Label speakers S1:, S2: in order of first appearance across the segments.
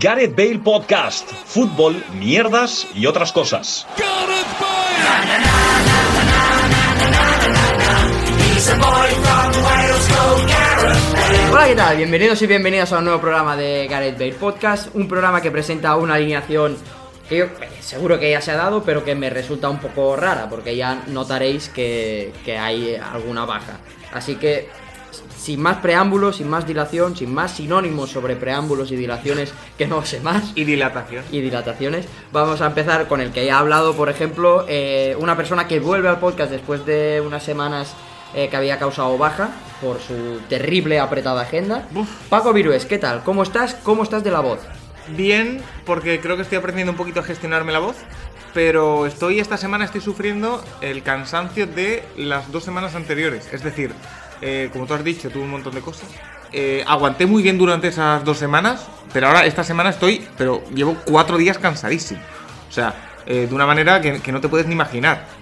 S1: Gareth Bale Podcast, fútbol, mierdas y otras cosas.
S2: Hola, ¿qué tal? Bienvenidos y bienvenidas a un nuevo programa de Gareth Bale Podcast, un programa que presenta una alineación que yo, eh, seguro que ya se ha dado, pero que me resulta un poco rara, porque ya notaréis que, que hay alguna baja. Así que, sin más preámbulos, sin más dilación, sin más sinónimos sobre preámbulos y dilaciones, que no sé más,
S3: Y dilatación.
S2: y dilataciones. Vamos a empezar con el que ya ha hablado, por ejemplo, eh, una persona que vuelve al podcast después de unas semanas eh, que había causado baja por su terrible apretada agenda. Paco Virués, ¿qué tal? ¿Cómo estás? ¿Cómo estás de la voz?
S3: Bien, porque creo que estoy aprendiendo un poquito a gestionarme la voz. Pero estoy esta semana estoy sufriendo el cansancio de las dos semanas anteriores. Es decir, eh, como tú has dicho, tuve un montón de cosas. Eh, aguanté muy bien durante esas dos semanas, pero ahora esta semana estoy, pero llevo cuatro días cansadísimo. O sea, eh, de una manera que, que no te puedes ni imaginar.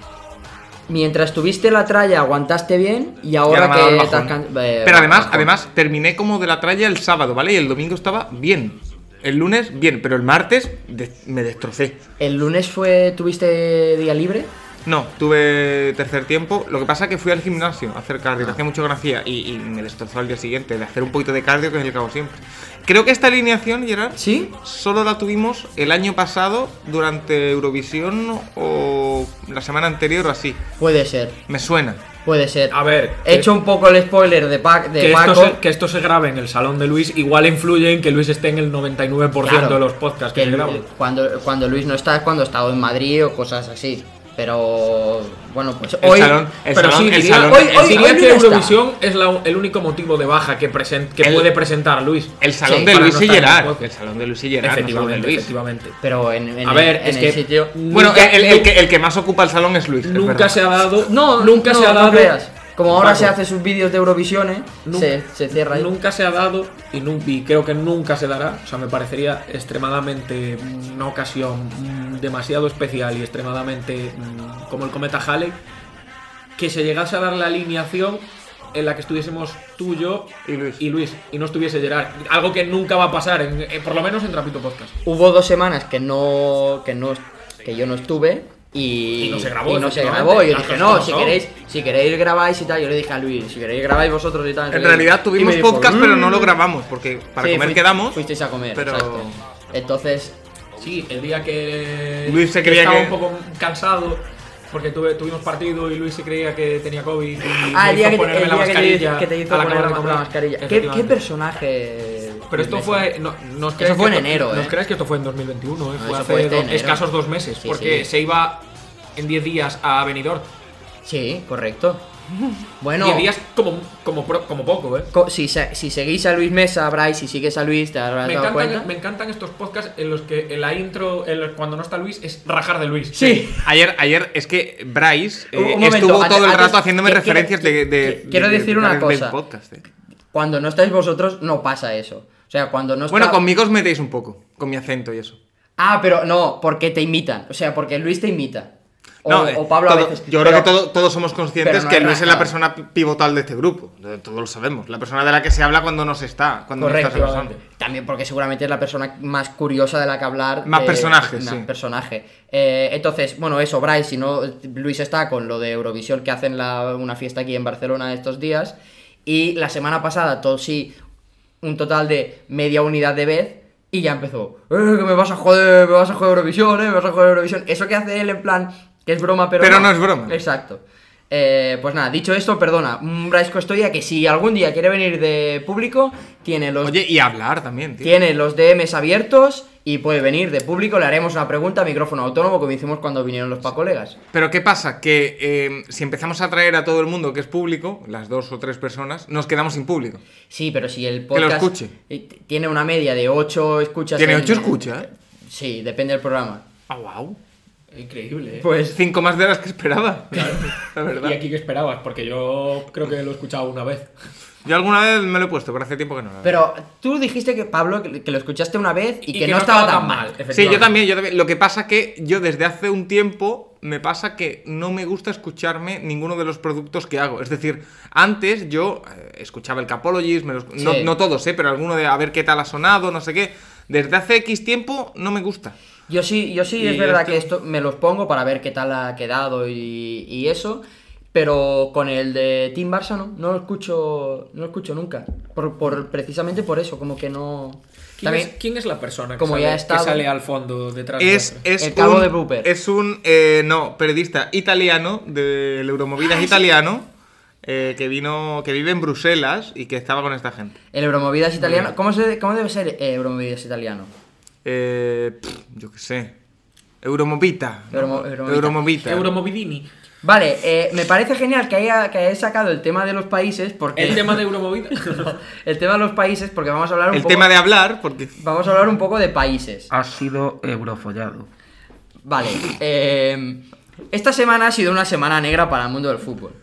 S2: Mientras tuviste la tralla aguantaste bien y
S3: Y
S2: ahora
S3: ahora me ha dado el
S2: que te
S3: bajón.
S2: has can- eh,
S3: Pero además,
S2: bajón.
S3: además, terminé como de la tralla el sábado, ¿vale? Y el domingo estaba bien. El lunes, bien, pero el martes de- me destrocé.
S2: el lunes fue tuviste día libre.
S3: No, tuve tercer tiempo. Lo que pasa que fui al gimnasio a hacer cardio, que hacía mucho gracia y, y me destrozó al día siguiente de hacer un poquito de cardio, que es el que hago siempre. Creo que esta alineación, Gerard,
S2: ¿Sí?
S3: solo la tuvimos el año pasado durante Eurovisión o la semana anterior o así.
S2: Puede ser,
S3: Me suena.
S2: puede ser.
S4: A ver,
S2: he hecho un poco el spoiler de, Pac- de
S4: que
S2: Paco.
S4: esto, se, que esto se grabe en el salón de Luis igual influye en que Luis esté en el 99%
S2: Claro,
S4: de los podcasts que,
S2: que
S4: se
S2: Lu-
S4: graban.
S2: Cuando, cuando Luis no está es cuando he estado en Madrid o cosas así. Pero bueno, pues
S3: El
S2: hoy.
S3: salón, el
S4: Pero
S3: salón,
S4: sí,
S3: el
S4: diría,
S3: salón.
S2: hoy-
S3: el
S2: hoy-
S4: diría
S2: no
S4: que
S2: está.
S4: Eurovisión es la- el único motivo de baja que, presen- que
S3: El-
S4: puede presentar Luis.
S3: El salón
S2: Sí,
S3: de
S4: para
S3: Luis
S4: no
S3: y
S4: estar en el
S3: Gerard.
S4: podcast.
S3: El salón de Luis y Gerard. no solo de
S4: efectivamente,
S3: Luis.
S4: efectivamente.
S2: Pero en, en
S4: A
S2: el-
S4: ver,
S2: en
S4: es
S2: el
S4: que
S2: sitio.
S3: Bueno,
S4: Nunca-
S3: el, el que, el que más ocupa el salón es Luis. es
S4: Nunca
S3: verdad.
S4: se ha dado.
S2: No,
S4: nunca
S2: no,
S4: se ha
S2: no
S4: dado.
S2: creas. Como ahora
S4: Paco,
S2: se hace sus vídeos de Eurovisiones,
S4: nun-
S2: se, se cierra ahí.
S4: Nunca se ha dado y, nu- y creo que nunca se dará. O sea, me parecería extremadamente una ocasión mm, demasiado especial y extremadamente mm, como el cometa Halley que se llegase a dar la alineación en la que estuviésemos tú, yo
S3: Y Luis.
S4: y, no estuviese Gerard. Algo que nunca va a pasar, en- eh, por lo menos en Trapito Podcast.
S2: Hubo dos semanas que no. que no. que yo no estuve. Y,
S4: Y no se grabó,
S2: y no se
S4: efectivamente.
S2: grabó. Y yo
S4: Las
S2: dije,
S4: cosas
S2: no,
S4: como
S2: si
S4: son.
S2: queréis, si queréis grabáis y tal. Yo le dije a Luis, si queréis grabáis vosotros y tal. no sé
S3: En
S2: qué.
S3: realidad
S2: Y
S3: tuvimos
S2: me dijo,
S3: podcast, pero no lo
S2: "Mm".
S3: grabamos porque para
S2: Sí,
S3: comer
S2: fui-
S3: quedamos.
S2: Fuisteis a comer,
S3: pero-
S2: exacto. Entonces,
S4: Sí, el día que
S3: Luis se
S4: que
S3: creía
S4: estaba
S3: que-
S4: un poco cansado porque tuve- tuvimos partido y Luis se creía que tenía COVID. Y
S2: Ah,
S4: me
S2: el día que
S4: hizo
S2: te, el día
S4: ponerme la
S2: que te-
S4: mascarilla
S2: que te hizo
S4: al
S2: poner
S4: acabar
S2: la,
S4: de comer.
S2: la mascarilla. ¿Qué, qué
S4: Efectivamente.
S2: personaje?
S4: Pero esto fue. No, no os creáis
S2: fue en
S4: que esto-
S2: enero,
S4: No
S2: ¿eh?
S4: os creáis que esto fue en 2021, ¿eh?
S2: No,
S4: fue
S2: eso
S4: hace
S2: fue este
S4: dos-
S2: enero.
S4: escasos dos meses.
S2: Sí,
S4: porque
S2: sí.
S4: se iba en 10 días a Benidorm.
S2: Sí, correcto. Bueno,
S4: 10 días como, como, pro- como poco, ¿eh?
S2: co- si, se- si seguís a Luis Mesa, Bryce, si sigues a Luis, te habrás
S4: Me
S2: dado cuenta.
S4: encantan, me encantan estos podcasts en los que en la intro, en los- cuando no está Luis, es rajar de Luis.
S2: Sí.
S3: Ayer, ayer es que Bryce eh,
S2: Un- un momento,
S3: estuvo todo
S2: antes-
S3: el rato
S2: antes-
S3: haciéndome
S2: que-
S3: referencias
S2: quiero-
S3: de, de-
S2: que- quiero
S3: de-
S2: decir
S3: de
S2: una
S3: Gareth Bale
S2: cosa.
S3: Podcast, eh.
S2: Cuando no estáis vosotros, no pasa eso. O sea, cuando no
S3: Bueno,
S2: está-
S3: conmigo os metéis un poco, con mi acento y eso.
S2: Ah, pero no, porque te imitan. O sea, porque Luis te imita. O,
S3: No, eh,
S2: o Pablo
S3: todo-
S2: a veces.
S3: Yo
S2: Pero-
S3: creo que todo- todos somos conscientes
S2: pero no
S3: que
S2: es
S3: Luis es la
S2: raja.
S3: persona pi- pivotal de este grupo. de- Todos lo sabemos. La persona de la que se habla cuando no se está. Cuando no está esa
S2: Correcto.
S3: persona.
S2: También porque seguramente es la persona más curiosa de la que hablar.
S3: Más
S2: de-
S3: personajes,
S2: más
S3: sí.
S2: personaje. Eh, entonces, bueno, eso, Bryce, si no, Luis está con lo de Eurovisión que hacen la- una fiesta aquí en Barcelona estos días. Y la semana pasada, todo sí, un total de media unidad de vez. Y ya empezó, eh, que me vas a joder, me vas a joder Eurovisión, eh, me vas a joder Eurovisión. Eso que hace él en plan, que es broma, pero.
S3: Pero no es broma.
S2: Exacto. Eh, pues nada, dicho esto, perdona, mm, un Bryce Costoya que si algún día quiere venir de público, tiene los,
S3: Oye, y hablar también, tío.
S2: tiene los DMs abiertos y puede venir de público, le haremos una pregunta a micrófono autónomo como hicimos cuando vinieron los Pacolegas.
S3: Pero ¿qué pasa? Que eh, si empezamos a traer a todo el mundo que es público, las dos o tres personas, nos quedamos sin público.
S2: Sí, pero si el
S3: Que lo
S2: podcast
S3: escuche.
S2: eh, t- tiene una media de 8 escuchas...
S3: Tiene
S2: en-
S3: ocho escuchas.
S2: Sí, depende del programa.
S3: Ah, wow.
S4: Increíble, ¿eh?
S2: Pues
S3: Cinco más de las que esperaba. La verdad.
S4: y aquí que esperabas, porque yo creo que lo he escuchado una vez.
S3: Yo alguna vez me lo he puesto, pero hace tiempo que no. la verdad.
S2: pero tú dijiste que Pablo que que lo escuchaste una vez y,
S4: Y
S2: que, no estaba, tan mal.
S3: Sí, yo
S4: efectivamente.
S3: también, yo también. Lo que pasa que yo desde hace un tiempo me pasa que no me gusta escucharme ninguno de los productos que hago. Es decir, antes yo eh, escuchaba el Capologist, me lo escu- no,
S2: Sí.
S3: no todos, ¿eh? pero alguno de a ver qué tal ha sonado, no sé qué. Desde hace X tiempo no me gusta.
S2: Yo sí, yo sí,
S3: Y
S2: es verdad
S3: este-
S2: que esto me los pongo para ver qué tal ha quedado y, y eso. Pero con el de Team Barça no, no lo escucho, no lo escucho nunca. Por, por- precisamente por eso, como que no.
S4: ¿Quién,
S2: También,
S4: es, quién es la persona que,
S2: como
S4: sale,
S2: ya he
S4: que
S2: estado-
S4: sale al fondo detrás de
S3: Es,
S4: nuestro?
S3: es
S2: El cabo
S3: un-
S2: de Brooper.
S3: Es un, eh, no, periodista italiano, del
S2: Ah,
S3: Euromovidas italiano, eh, que vino, que vive en Bruselas y que estaba con esta gente.
S2: el Euromovidas italiano. ¿Cómo, se, ¿Cómo debe ser eh, Euromovidas italiano?
S3: Eh, pff, yo qué sé. Euromovita. ¿no?
S2: Euromo- Euromovita.
S3: Euromovita.
S4: Euromovidini.
S2: Vale, eh, me parece genial que haya, que haya sacado el tema de los países porque.
S4: El tema de Euromovida.
S2: el tema de los países, porque vamos a hablar un
S3: El
S2: poco.
S3: tema de hablar, porque
S2: Vamos a hablar un poco de países.
S5: Ha sido eurofollado.
S2: Vale, eh, esta semana ha sido una semana negra para el mundo del fútbol.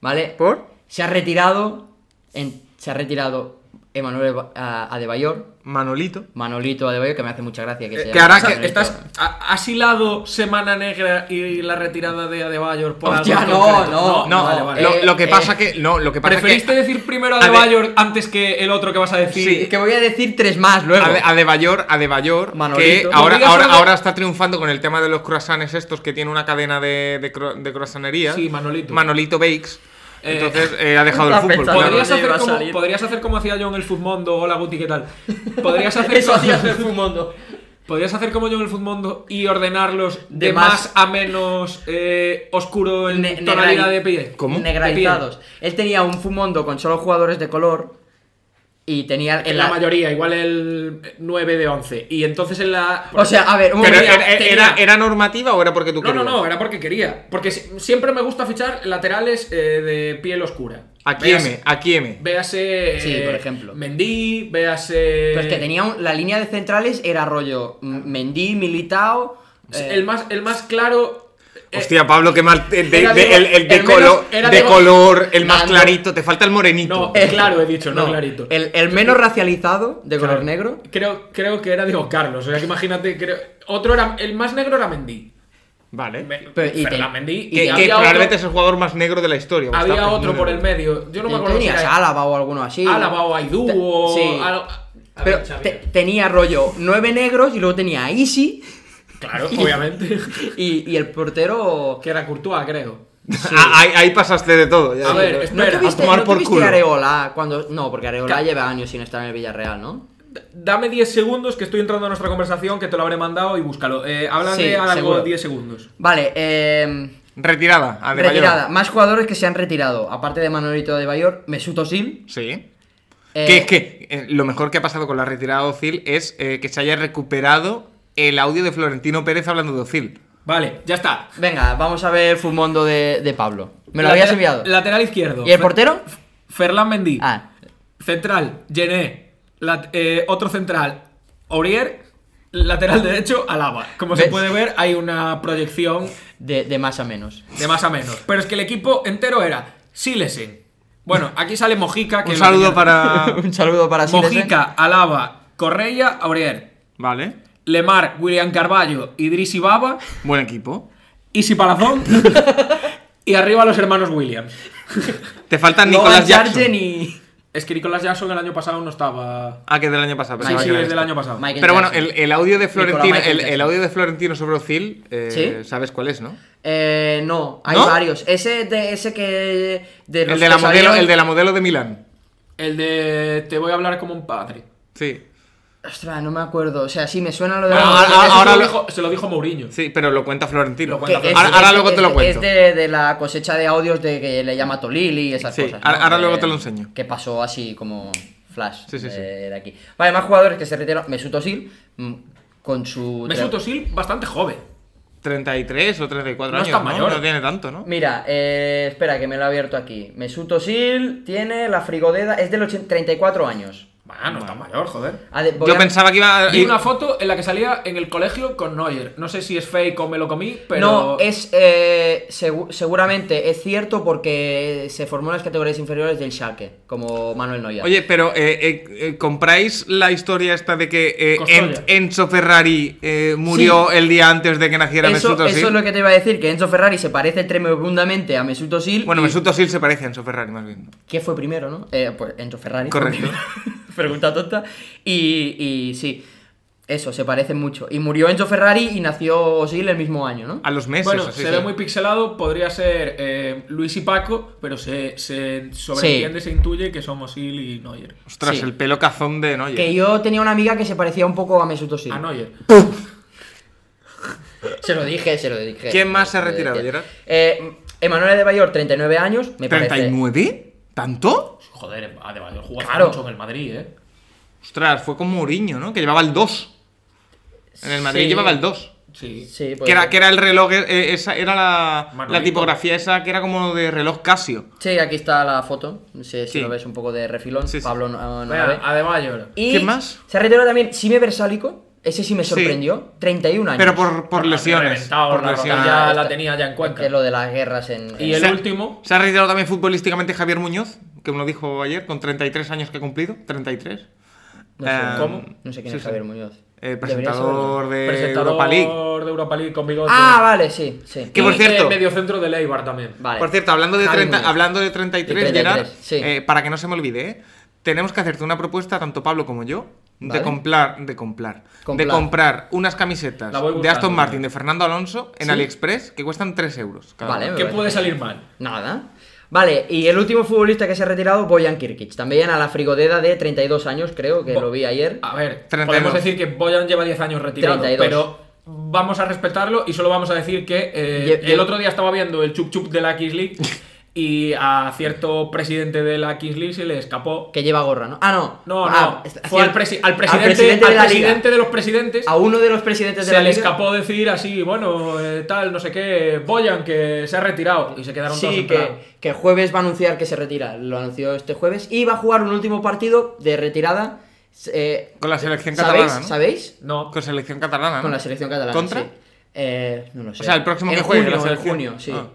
S2: ¿Vale?
S3: ¿Por?
S2: Se ha retirado. en- se ha retirado Emanuel Eva- a- Adebayor.
S3: Manolito.
S2: Manolito Adebayor, que me hace mucha gracia que
S3: Eh,
S2: se
S3: que
S2: llame
S3: ahora
S4: O sea,
S2: Manolito.
S3: que
S4: estás a- asilado Semana Negra y la retirada de Adebayor por
S2: Hostia,
S4: algo en
S2: no,
S4: concreto.
S2: no,
S3: No,
S2: vale, vale.
S3: Lo,
S2: Eh,
S3: lo que
S2: eh,
S3: pasa que. No, lo que pasa
S4: ¿Preferiste
S3: que.
S4: decir primero
S3: Ade-
S4: Adebayor antes que el otro que vas a decir?
S2: Sí, es que voy a decir tres más luego.
S3: Ade- Adebayor, Adebayor, que
S2: Manolito.
S3: ahora,
S4: No digas
S3: ahora,
S4: Ade-
S3: ahora está triunfando con el tema de los croissants estos que tiene una cadena de, de, cro- de croissanería.
S4: Sí, Manolito.
S3: Manolito Bakes.
S4: Eh,
S3: Entonces eh, ha dejado el
S2: está
S3: fútbol.
S2: pensando.
S3: claro.
S4: ¿Podrías,
S2: no
S4: hacer
S2: iba a
S4: como,
S2: salir.
S4: podrías hacer como hacía yo en el Futmundo, hola Guti, ¿qué tal? Podrías hacer,
S2: Eso
S4: como,
S2: hacías el Futmundo.
S4: podrías hacer como yo en el Futmundo y ordenarlos de,
S2: De más-
S4: más, a menos eh, oscuro en
S2: Ne-
S4: tonalidad
S2: negrali-
S4: de pie.
S3: ¿Cómo?
S2: Negralizados. Él tenía un fumondo con solo jugadores de color. Y tenía.
S4: En la mayoría, igual el 9 de 11. Y entonces en la.
S2: O sea, a ver, un
S3: Pero
S2: momento.
S3: era, era-
S4: tenía-
S3: era normativa o era porque tú
S4: No, no,
S3: querías?
S4: no, era porque quería. Porque si- siempre me gusta fichar laterales eh, de piel oscura.
S3: Aquí M, aquí M.
S4: Véase.
S2: Sí,
S4: eh,
S2: por ejemplo.
S4: Mendy, véase.
S2: Pero es que tenía un- la línea de centrales era rollo mm, Mendy, Militao. eh,
S4: El más, el más claro. eh,
S3: Hostia, Pablo, qué mal. eh, de-
S4: era
S3: de-
S4: Diego-
S3: el, el de,
S4: el menos-
S3: colo-
S4: era
S3: de
S4: Diego-
S3: color, el más
S2: Nando.
S3: clarito. Te falta el morenito.
S4: No, eh,
S2: el-
S4: claro, he dicho, no, clarito.
S2: El, el menos racializado de color
S4: Claro.
S2: negro.
S4: Creo, creo que era Diego Carlos. O sea, que imagínate. creo- otro era, el más negro era Mendy.
S3: Vale.
S4: Me-
S2: Pero- y
S4: Ferland
S2: te-
S4: Mendy.
S2: y
S4: y
S3: que que
S4: había
S3: probablemente es
S4: otro,
S3: el jugador más negro de la historia.
S4: había
S3: Gustavo.
S4: otro por el medio. Yo no me acuerdo si
S2: tenías
S4: era
S2: a Álava o alguno así.
S4: Álava o Aidú
S2: Te-
S4: o
S2: sí.
S4: algo-
S2: Pero te- tenía rollo nueve negros y luego tenía a Isi
S4: Claro, obviamente.
S2: y, y el portero.
S4: que era Courtois, creo.
S3: Ah, ahí, ahí pasaste de todo. ya
S4: A
S3: sé.
S4: ver,
S3: Pero-
S2: ¿No
S4: espera,
S2: tuviste,
S3: a tomar
S2: no
S3: por
S2: tuviste
S3: culo.
S2: Areola cuando. No, porque Areola
S4: Ca-
S2: lleva años sin estar en el Villarreal, ¿no?
S4: D- Dame 10 segundos que estoy entrando a nuestra conversación, que te lo habré mandado y búscalo. Eh, habla
S2: Sí,
S4: de algo
S2: seguro.
S4: 10 segundos.
S2: Vale, eh.
S3: Retirada, Adebayor.
S2: Retirada. Más jugadores que se han retirado. Aparte de Manolito de Bayor, Mesut Özil.
S3: Sí.
S2: eh,
S3: que es que eh, lo mejor que ha pasado con la retirada de Ozil es eh, que se haya recuperado el audio de Florentino Pérez hablando de Ozil.
S4: Vale, ya está.
S2: Venga, vamos a ver Fumondo de, de Pablo. Me lo
S4: Lateral-
S2: habías enviado.
S4: Lateral izquierdo.
S2: ¿Y el
S4: Fer-
S2: portero?
S4: Ferland Mendy.
S2: Ah,
S4: Central, Gené. La- eh, otro central, Aurier. Lateral derecho, Alaba. Como se
S2: ¿Ves?
S4: puede ver, hay una proyección
S2: de, de más a menos.
S4: de más a menos. Pero es que el equipo entero era Silesen. Bueno, aquí sale Mojica. Que
S3: Un
S4: lo
S3: saludo
S4: tenía-
S3: para.
S2: Un saludo para ¿eh? Silesen.
S4: Mojica, Alaba, Correia, Aurier.
S3: Vale.
S4: Lemar, William Carballo, Idris Ibaba,
S3: Buen equipo.
S4: Isi Palazón y arriba los hermanos Williams.
S3: Te faltan
S2: Logan
S3: Nicolás Jackson.
S2: Sargent y.
S4: Es que Nicolás Jackson el año pasado no estaba.
S3: Ah, que es del año pasado.
S4: sí,
S3: pensaba
S2: Michael
S3: que
S4: sí,
S3: era
S4: es del
S3: este.
S4: año pasado.
S2: Michael
S3: Pero bueno,
S2: Jackson.
S3: el, el audio de Florentino,
S2: Nicolás Michael
S3: el, el
S2: Jackson.
S3: audio de Florentino sobre Ozil, eh,
S2: ¿Sí?
S3: ¿sabes cuál es, no?
S2: Eh, no, hay
S3: ¿No?
S2: varios. Ese, de, ese que. De los
S3: El de, la
S4: pues
S2: que
S3: modelo,
S2: salieron-
S3: el de la modelo de Milán.
S4: El de Te voy a hablar como un padre.
S3: Sí.
S2: Ostras, no me acuerdo. O sea, sí me suena lo de.
S4: Bueno,
S2: la-
S3: ahora-
S4: Ah, eso se,
S3: ahora
S4: lo
S3: lo-
S4: dijo, se lo dijo Mourinho.
S3: Sí, pero lo cuenta Florentino.
S4: Lo cuenta
S2: que es-
S3: ahora ahora
S2: es-
S3: luego te
S2: es-
S3: lo cuento.
S2: Es de, de la cosecha de audios de que le llama Tolili y esas
S3: Sí,
S2: cosas.
S3: ahora- ahora luego
S2: Que-
S3: te lo enseño.
S2: Que pasó así como flash
S3: Sí, sí,
S2: de,
S3: sí.
S2: de aquí. Vale, más jugadores que se retiran. Mesut Özil mm, con su.
S4: Mesut Özil, bastante joven.
S3: 33 o 34
S4: No
S3: años.
S4: está mayor.
S3: No tiene tanto, ¿no?
S2: Mira, eh, espera que me lo he abierto aquí. Mesut Özil tiene la frigodeda, es del 80 34 años.
S4: Bueno, no está mayor, joder.
S2: A de- voy
S3: Yo
S2: a-
S3: pensaba que iba a.
S4: Y una foto en la que salía en el colegio con Neuer. No sé si es fake o me lo comí, pero.
S2: No, es eh, segu- seguramente es cierto porque se formó en las categorías inferiores del Schalke, como Manuel Neuer.
S3: Oye, pero eh, eh, eh, ¿compráis la historia esta de que eh,
S4: Costoya.
S3: En- Enzo Ferrari eh, murió el día antes de que naciera
S2: eso,
S3: Mesut Özil?
S2: eso es lo que te iba a decir, que Enzo Ferrari se parece tremendamente a Mesut Özil.
S3: Bueno,
S2: y-
S3: Mesut Özil se parece a Enzo Ferrari, más bien.
S2: ¿Qué fue primero, no? Eh, pues Enzo Ferrari.
S3: Correcto.
S2: Pregunta tonta. Y, y sí. Eso, se parecen mucho. Y murió Enzo Ferrari y nació Osil el mismo año, ¿no?
S3: A los meses,
S4: Bueno,
S3: así,
S4: se
S3: sí.
S4: ve muy pixelado, podría ser eh, Luis y Paco, pero se, se sobreentiende, se intuye que somos Hill y Neuer.
S3: Ostras,
S2: Sí.
S3: el pelo cazón de Neuer.
S2: Que yo tenía una amiga que se parecía un poco a Mesut Özil.
S4: A Ah,
S3: Ah,
S4: Neuer.
S2: Se lo dije, se lo dije.
S3: ¿Quién más se ha
S2: Eh,
S3: retirado,
S2: eh,
S3: Gerard?
S2: Eh, Emanuel de Bayor, 39 años, me parece.
S3: ¿39? ¿Tanto?
S4: Joder, además, jugaba
S2: Claro.
S4: mucho en el Madrid, ¿eh?
S3: Ostras, fue con Mourinho, ¿no? Que llevaba el 2. En el Madrid
S4: Sí.
S3: llevaba el 2.
S4: Sí.
S2: Sí, pues-
S3: Que era, que era el reloj, eh, esa era la,
S4: Manolito.
S3: la tipografía esa que era como de reloj Casio.
S2: Sí, aquí está la foto. No sé si
S3: Sí.
S2: lo ves un poco de refilón.
S3: Sí, sí.
S2: Pablo no, no la ve.
S4: Venga, además, yo creo.
S2: Y
S3: ¿Quién más?
S2: Se ha retirado también Sime Versálico. Ese sí me
S3: Sí.
S2: sorprendió. 31 años.
S3: Pero por, por lesiones.
S4: reventado,
S3: Por
S4: la
S3: lesiones.
S4: rotación. Ya
S2: está-
S4: la tenía ya en cuenta.
S2: Que lo de las guerras en.
S4: Y el
S3: sea-
S4: último,
S3: Se ha retirado también futbolísticamente Javier Muñoz, que me lo dijo ayer, con 33 años que ha cumplido. 33.
S2: No sé,
S3: Eh,
S4: ¿cómo?
S2: No sé quién
S3: sí,
S2: es
S3: sí.
S2: Javier Muñoz.
S3: Eh,
S2: Debería saberlo.
S3: presentador de
S4: presentador
S3: Europa League.
S4: de Europa League con bigote.
S2: Ah, vale, sí, sí.
S3: Que por
S4: Y
S3: cierto-
S4: de mediocentro del Eibar también.
S2: Vale.
S3: Por cierto, hablando de,
S2: Javi
S3: 30
S2: Muñoz.
S3: hablando de 33,
S2: De 33,
S3: Gerard,
S2: sí.
S3: eh, para que no se me olvide, ¿eh? tenemos que hacerte una propuesta, tanto Pablo como yo,
S2: Vale.
S3: de comprar, de comprar,
S2: Comprar.
S3: de comprar unas camisetas
S4: La voy
S3: de
S4: buscando,
S3: Aston Martin
S4: mira.
S3: de Fernando Alonso en
S2: Sí.
S3: AliExpress que cuestan 3 euros. cada
S2: Vale,
S3: una.
S4: ¿Qué puede salir mal?
S2: Nada. Vale, y el último futbolista que se ha retirado, Boyan Kirkic. También a la frigodeda de 32 años, creo que
S4: Bo-
S2: lo vi ayer.
S4: A ver,
S3: 32.
S4: podemos decir que Boyan lleva 10 años retirado,
S2: 32.
S4: pero vamos a respetarlo y solo vamos a decir que eh,
S2: Ye- ye-
S4: el otro día estaba viendo el chup chup de la Kings League y a cierto presidente de la Kings League se le escapó.
S2: Que lleva gorra, ¿no? Ah, no.
S4: No,
S2: Ah,
S4: no,
S2: es-
S4: fue
S2: hacia-
S4: al, presi- al presidente,
S2: de
S4: al
S2: la liga.
S4: presidente de los presidentes.
S2: A uno de los presidentes de
S4: Se
S2: la
S4: le
S2: liga.
S4: escapó decir así, bueno, eh, tal, no sé qué, Boyan que se ha retirado y se quedaron todos
S2: Sí,
S4: en plan,
S2: que, que el jueves va a anunciar que se retira. Lo anunció este jueves. Y va a jugar un último partido de retirada. eh,
S3: Con la selección
S2: ¿Sabéis?
S3: catalana, ¿no?
S2: ¿Sabéis?
S4: No,
S3: Con selección catalana, ¿no?
S2: Con la selección catalana.
S3: ¿Contra?
S2: sí. Eh, no lo sé.
S3: O sea, el próximo
S2: En
S3: que juegue
S2: junio,
S3: la
S2: en
S3: selección.
S2: junio, sí.
S3: Ah.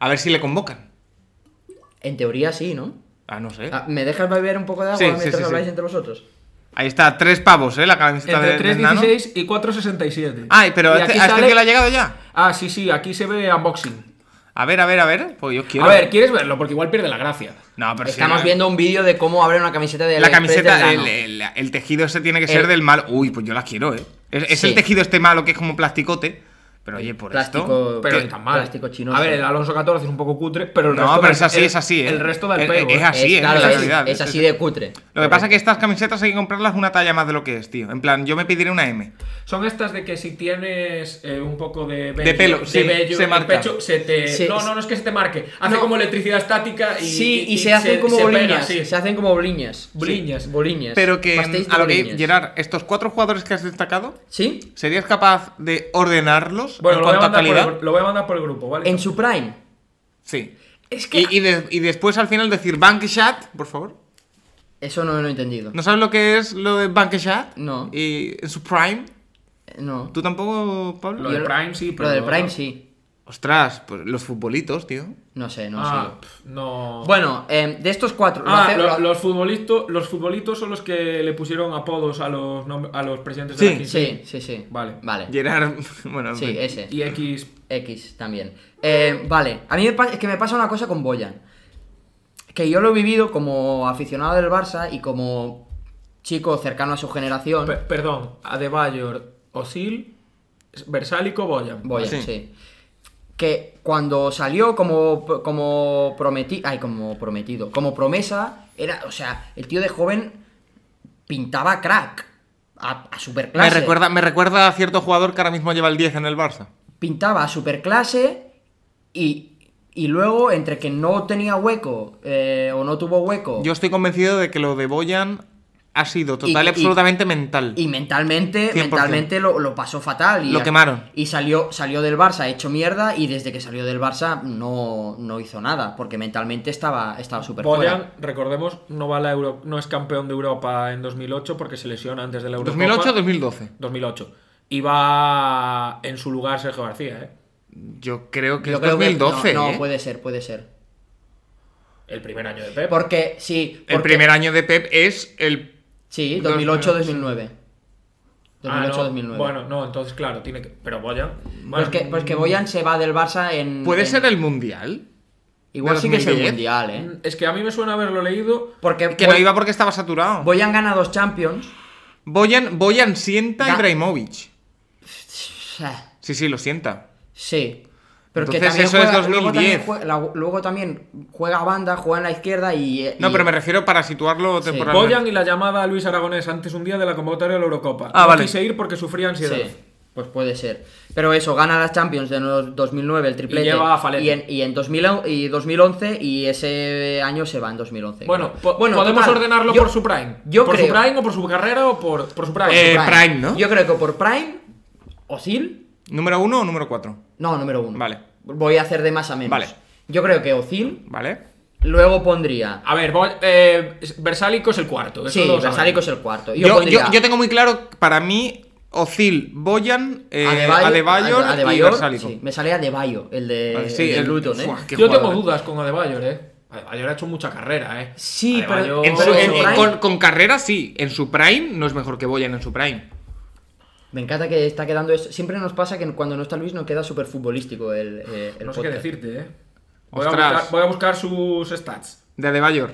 S3: A ver si le convocan.
S2: En teoría sí, ¿no?
S3: Ah, no sé.
S2: Ah, ¿Me dejas beber un poco de agua
S3: Sí, sí,
S2: mientras
S3: sí,
S2: habláis
S3: sí.
S2: entre vosotros?
S3: Ahí está, tres pavos, ¿eh? La camiseta de,
S4: entre
S3: de Nano.
S4: 3.16 y 4.67.
S3: Ay, pero
S4: Y
S3: a este,
S4: aquí
S3: a este
S4: sale-
S3: tío le ha llegado ya.
S4: Ah, sí, sí, aquí se ve unboxing.
S3: A ver, a ver, a ver. Pues yo quiero.
S4: A ver, ¿quieres verlo? Porque igual pierde la gracia.
S3: No, pero si
S2: Estamos
S3: no-
S2: viendo un vídeo de cómo abren una camiseta de
S3: La
S2: Aliexpress del
S3: camiseta, el,
S2: Nano.
S3: el- el tejido ese tiene que ser
S2: El-
S3: del malo. Uy, pues yo la quiero, ¿eh? Es, es
S2: Sí.
S3: el tejido este malo que es como plasticote. Pero oye, por
S2: Plástico-
S3: esto.
S4: Pero
S2: Que-
S4: ni tan mal.
S2: plástico chinoso.
S4: A ver, el Alonso 14 es un poco cutre, pero el
S3: No,
S4: resto.
S3: pero
S4: del-
S3: es así,
S4: el-
S3: es así, ¿eh?
S4: El resto del
S3: Es-
S4: pego.
S3: es
S4: ¿eh?
S3: así.
S2: es,
S3: es
S2: claro,
S3: la
S2: es-
S3: realidad,
S2: es
S3: sí,
S2: así
S3: sí.
S2: de cutre.
S3: Lo que pasa es que estas camisetas hay que comprarlas una talla más de lo que es, tío. En plan, yo me pediré una M.
S4: Son estas de que si tienes eh, un poco de vello,
S3: De pelo, sí,
S4: vello
S3: se
S4: en el
S3: marca.
S4: pecho, se te.
S2: Sí,
S4: no,
S2: sí.
S4: no, no es que se te marque. Hace
S2: No.
S4: como electricidad estática y.
S2: Sí, y, se hacen como
S4: se pega,
S2: boliñas.
S4: sí.
S2: Se hacen como boliñas.
S4: Boliñas.
S2: Sí, boliñas.
S3: Pero que,
S2: Pastéis de
S3: a lo que,
S2: boliñas.
S3: Gerard, estos cuatro jugadores que has destacado,
S2: ¿Sí?
S3: ¿serías capaz de ordenarlos
S4: Bueno,
S3: en
S4: lo voy,
S3: cuanto
S4: a
S3: a
S4: mandar por
S3: calidad?
S4: el, gru- lo voy a mandar por el grupo, ¿vale?
S2: En su prime.
S3: Sí.
S2: Es que.
S3: Y, y de- y después al final decir Bank Shot, por favor.
S2: Eso no lo he entendido.
S3: ¿No sabes lo que es lo de Bank Shot?
S2: No.
S3: Y en su Prime.
S2: No.
S3: ¿Tú tampoco, Pablo?
S4: Lo
S2: Yo
S4: del Prime sí, pero
S2: Lo del
S4: no-
S2: Prime sí.
S3: Ostras, pues los futbolitos, tío.
S2: No sé, no
S4: Ah,
S2: sé.
S4: pf, no.
S2: Bueno, em, de estos cuatro. lo
S4: Ah,
S2: hace-
S4: lo-
S2: lo-
S4: los, futbolitos, los futbolitos son los que le pusieron apodos a los, nom- a los presidentes
S3: Sí,
S4: de la
S2: Sí, sí, sí.
S4: Vale.
S2: Vale.
S3: Gerard, bueno, en
S2: Sí,
S3: fin.
S2: ese.
S4: Y X
S2: X también. Eh, vale, a mí me pa- es que me pasa una cosa con Boyan. Que yo lo he vivido como aficionado del Barça y como chico cercano a su generación.
S4: Pe- perdón, Adebayor, Osil, Versálico, Boyan.
S2: Boyan, sí.
S3: Sí.
S2: Que cuando salió como, como prometido. Ay, como prometido. Como promesa, era. O sea, el tío de joven pintaba crack. A, a
S3: Me
S2: superclase.
S3: recuerda, me recuerda a cierto jugador que ahora mismo lleva el 10 en el Barça.
S2: pintaba a superclase y, y luego entre que no tenía hueco eh, o no tuvo
S4: Oh.
S2: hueco
S3: Yo estoy convencido de que lo de Boyan ha sido total
S2: Y-
S3: y,
S2: y-
S3: absolutamente mental.
S2: y mentalmente
S3: 100%.
S2: mentalmente lo, lo pasó fatal y
S3: Lo quemaron.
S2: y salió salió del Barça hecho mierda y desde que salió del Barça no, no hizo nada porque mentalmente estaba estaba súper fuera.
S4: Boyan, recordemos, no, va a la Euro- no es campeón de Europa en 2008 porque se lesiona antes de la Eurocopa.
S3: 2008-2012.
S4: 2008. Y va en su lugar Sergio García, ¿eh?
S3: Yo creo que
S2: Yo
S3: es
S2: creo que-
S3: 2012.
S2: no, no,
S3: ¿eh?
S2: puede ser puede ser
S4: El primer año de Pep.
S2: porque sí
S3: El
S2: porque-
S3: primer año de Pep es el.
S2: sí
S3: Dos-
S2: 2008 2009
S4: Ah,
S2: 2008
S4: no,
S2: 2009
S4: Bueno, no, entonces claro, tiene que... Pero Boyan...
S2: pues
S4: bueno,
S2: que, pues que Boyan se va del Barça en
S3: ¿Puede
S2: en-
S3: ser el mundial?
S2: igual
S3: de
S2: sí que es el
S3: 2010?
S2: mundial eh
S4: Es que a mí me suena haberlo leído...
S2: Porque
S3: Mm. Que
S2: Boy-
S3: no iba porque estaba saturado.
S2: Boyan gana dos Champions
S3: Boyan, Boyan sienta a
S2: Da-
S3: Ibrahimovic.
S2: Ah,
S3: Sí, sí, lo sienta.
S2: Sí. Pero que
S3: Entonces,
S2: también
S3: eso es
S2: juega, Luego también,
S3: 2010.
S2: juega, la- luego también juega banda, juega en la izquierda y. y-
S3: No, pero me refiero para situarlo
S2: Sí.
S3: temporalmente.
S4: Boyan y la llamada a Luis Aragonés antes un día de la convocatoria de la Eurocopa.
S5: Ah,
S4: no
S5: vale.
S4: quise ir porque sufría ansiedad.
S2: Sí, pues puede ser. Pero eso, gana las Champions en los 2009, el triplete.
S4: lleva a Falete.
S2: Y en, y en 2000 y 2011, y ese año se va en 2011.
S4: Bueno,
S2: creo.
S4: po- podemos
S2: total,
S4: ordenarlo
S2: yo-
S4: por su prime.
S2: yo
S4: por su
S2: creo-
S4: prime o por su carrera o por, por su prime.
S3: Eh, Prime, ¿no?
S2: Yo creo que por Prime, Ozil.
S3: ¿Número uno o número cuatro?
S2: No, número uno.
S3: Vale.
S2: Voy a hacer de más a menos.
S3: Vale.
S2: Yo creo que Ozil,
S3: ¿Vale?
S2: luego pondría.
S4: a ver, Bo- eh, Versálico es el cuarto. Pues eso
S2: sí,
S4: lo sabemos.
S2: Basalico es el cuarto. Yo,
S3: Yo, yo,
S2: pondría
S3: yo tengo muy claro, para mí, Ozil, Boyan, eh,
S2: Adebayo,
S3: Adebayor,
S2: Ade-
S3: y
S2: Adebayor,
S3: Versálico. Ah,
S2: sí, me salía Adebayo, el de,
S3: Sí,
S2: el de
S3: el-
S2: Luton, ¿eh?
S3: Buah, qué
S4: Yo tengo
S3: jugador, eh.
S4: dudas con Adebayor, eh. Adebayor ha hecho mucha carrera, eh.
S2: Sí, pero-
S4: Adebayor-
S3: En su-
S2: Pero
S3: en-
S2: en
S3: en-
S2: Prime-
S3: con, con carrera sí, en su prime no es mejor que Boyan en su prime.
S2: Me encanta que está quedando esto. Siempre nos pasa que cuando no está Luis no queda súper futbolístico el, eh, el
S4: no sé qué
S2: podcast.
S4: decirte, eh. Voy a,
S3: Ostras.
S4: buscar, voy a buscar sus stats.
S3: De Adebayor.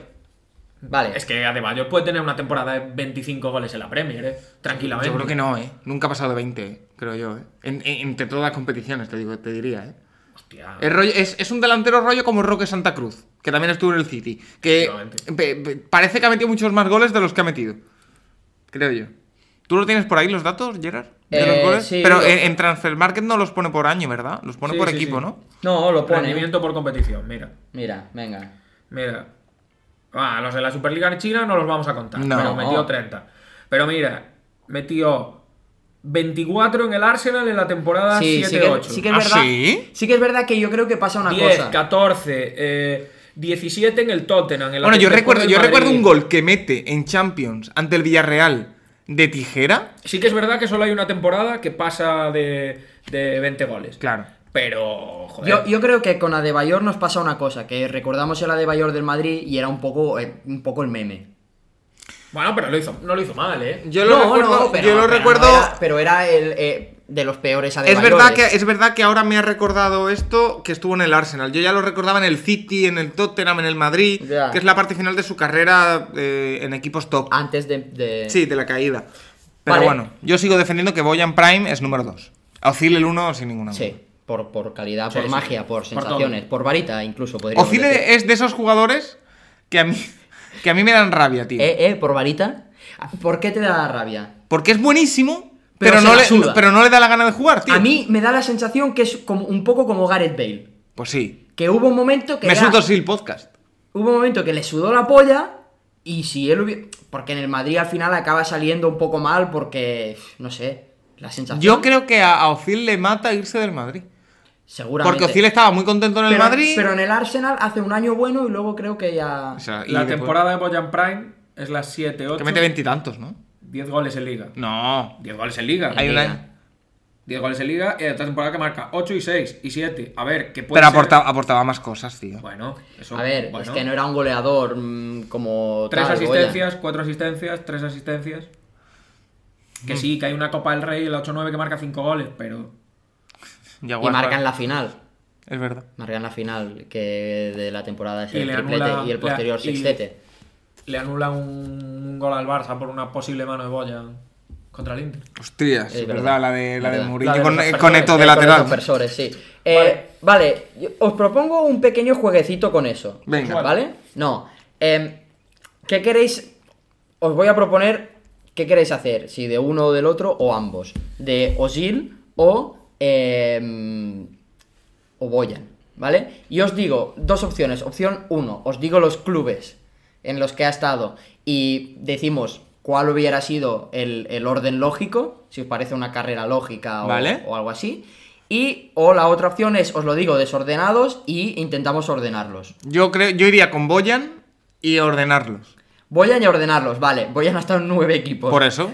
S2: Vale.
S4: Es que Adebayor puede tener una temporada de 25 goles en la Premier, eh. Tranquilamente.
S3: Yo creo que no, ¿eh? Nunca ha pasado de 20, eh, creo yo. ¿eh? En- en- entre todas las competiciones, te, digo, te diría, ¿eh?
S4: Hostia.
S3: Es, rollo- es- es un delantero rollo como Roque Santa Cruz, que también estuvo en el City. Que
S4: Efectivamente.
S3: pe- pe- parece que ha metido muchos más goles de los que ha metido. Creo yo. ¿Tú lo tienes por ahí los datos, Gerard? De los
S2: Eh,
S3: goles.
S2: sí, lo-
S3: Pero en, en Transfer Market no los pone por año, ¿verdad? Los pone
S4: Sí,
S3: por
S4: sí,
S3: equipo,
S4: sí.
S3: ¿no?
S2: No, lo pone.
S4: Rendimiento por competición, mira.
S2: Mira, venga.
S4: Mira. Ah, los de la Superliga en China no los vamos a contar.
S3: No.
S4: Pero metió 30. Pero mira, metió 24 en el Arsenal en la temporada
S2: Sí, sí que,
S4: 7-8.
S2: sí que es
S3: ¿Ah,
S2: verdad.
S3: sí?
S2: que es verdad que yo creo que pasa una
S4: 10,
S2: cosa.
S4: 14, eh, 17 en el Tottenham. en la
S3: Bueno, yo
S4: tercera
S3: recuerdo,
S4: del
S3: yo
S4: Madrid.
S3: recuerdo un gol que mete en Champions ante el Villarreal de tijera.
S4: Sí que es verdad que solo hay una temporada que pasa de, de 20 goles.
S3: Claro.
S4: Pero, joder.
S2: Yo, yo creo que con Adebayor nos pasa una cosa, que recordamos el Adebayor del Madrid y era un poco, eh, un poco el meme.
S4: Bueno, pero lo hizo, no lo hizo mal, ¿eh?
S3: Yo lo
S2: No,
S3: recuerdo.
S2: no, pero-
S3: yo lo
S2: pero no
S3: recuerdo.
S2: era- pero era el eh, de los peores
S3: Es
S2: Adebayores.
S3: verdad, que, es verdad que ahora me ha recordado esto que estuvo en el Arsenal. Yo ya lo recordaba en el City, en el Tottenham, en el Madrid,
S2: Ya.
S3: que es la parte final de su carrera eh, en equipos top.
S2: Antes de... de-
S3: Sí, de la caída. Pero
S2: eh. Vale.
S3: bueno, yo sigo defendiendo que Boyan Prime es número 2. Ozil el 1 sin ninguna duda.
S2: Sí, por, por calidad,
S4: Sí,
S2: por
S4: sí.
S2: magia, por
S4: Por todo.
S2: sensaciones, por, varita incluso podríamos
S3: Ozil
S2: decir.
S3: es de esos jugadores que a mí, que a mí me dan rabia, tío.
S2: Eh, eh, por varita. ¿Por qué te da rabia?
S3: Porque es buenísimo,
S2: Pero
S3: pero,
S2: se
S3: no
S2: la
S3: le,
S2: suda.
S3: no- pero no le da la gana de jugar, tío.
S2: A mí me da la sensación que es como, un poco como Gareth Bale.
S3: Pues sí.
S2: Que hubo un momento que.
S3: Me
S2: era-
S3: suelto Sil podcast.
S2: Hubo un momento que le sudó la polla. Y si él hubiera. Porque en el Madrid al final acaba saliendo un poco mal porque. No sé. La sensación.
S3: Yo creo que a, a Ozil le mata irse del Madrid.
S2: Seguramente.
S3: Porque Ozil estaba muy contento en el
S2: pero,
S3: Madrid.
S2: Pero en el Arsenal hace un año bueno y luego creo que ya.
S3: O sea, y
S4: La
S3: después-
S4: temporada de Boyan Prime es la 7-8.
S3: Que mete veintitantos, ¿no?
S4: 10 goles en liga.
S3: No.
S4: 10 goles en liga.
S3: Hay un
S2: Liga.
S3: año.
S4: 10 goles en liga y otra temporada que marca 8 y 6 y 7. A ver, que puede
S3: Pero
S4: ser-
S3: aportaba, aportaba más cosas, tío.
S4: Bueno, eso.
S2: A ver,
S4: bueno.
S2: es que no era un goleador mm, como.
S4: 3
S2: tal,
S4: asistencias, 4 asistencias, 3 asistencias. Que sí, que hay una Copa del Rey, la 8-9 que marca 5 goles, pero.
S2: Goya. Y marcan la final.
S3: Es verdad.
S2: Marcan la final que de la temporada es
S4: Y
S2: el
S4: le
S2: triplete
S4: anula-
S2: y el
S4: le-
S2: posterior
S4: y-
S2: sextete.
S4: Le anula un gol al Barça por una posible mano de Boyan contra el Inter.
S3: Hostias,
S2: Es
S3: es
S2: verdad,
S3: verdad, la de, la de
S2: verdad.
S3: Mourinho
S4: La de
S3: con,
S4: los
S3: con Eto de
S2: Eh, con
S3: lateral.
S2: estos versores, sí. Eh, vale. yo- os propongo un pequeño jueguecito con eso.
S3: Venga.
S2: ¿Vale? No. em, ¿Qué queréis? Os voy a proponer qué queréis hacer, si de uno o del otro o ambos. De Osil o... em, o Boyan, ¿vale? Y os digo dos opciones. Opción 1, os digo los clubes en los que ha estado y decimos cuál hubiera sido el, el orden lógico, si os parece una carrera lógica o,
S3: Vale.
S2: o algo así. Y o la otra opción es, os lo digo, desordenados y intentamos ordenarlos.
S3: Yo creo, yo iría con Boyan y ordenarlos.
S2: Boyan y ordenarlos, vale. Boyan ha estado en nueve equipos.
S3: Por eso.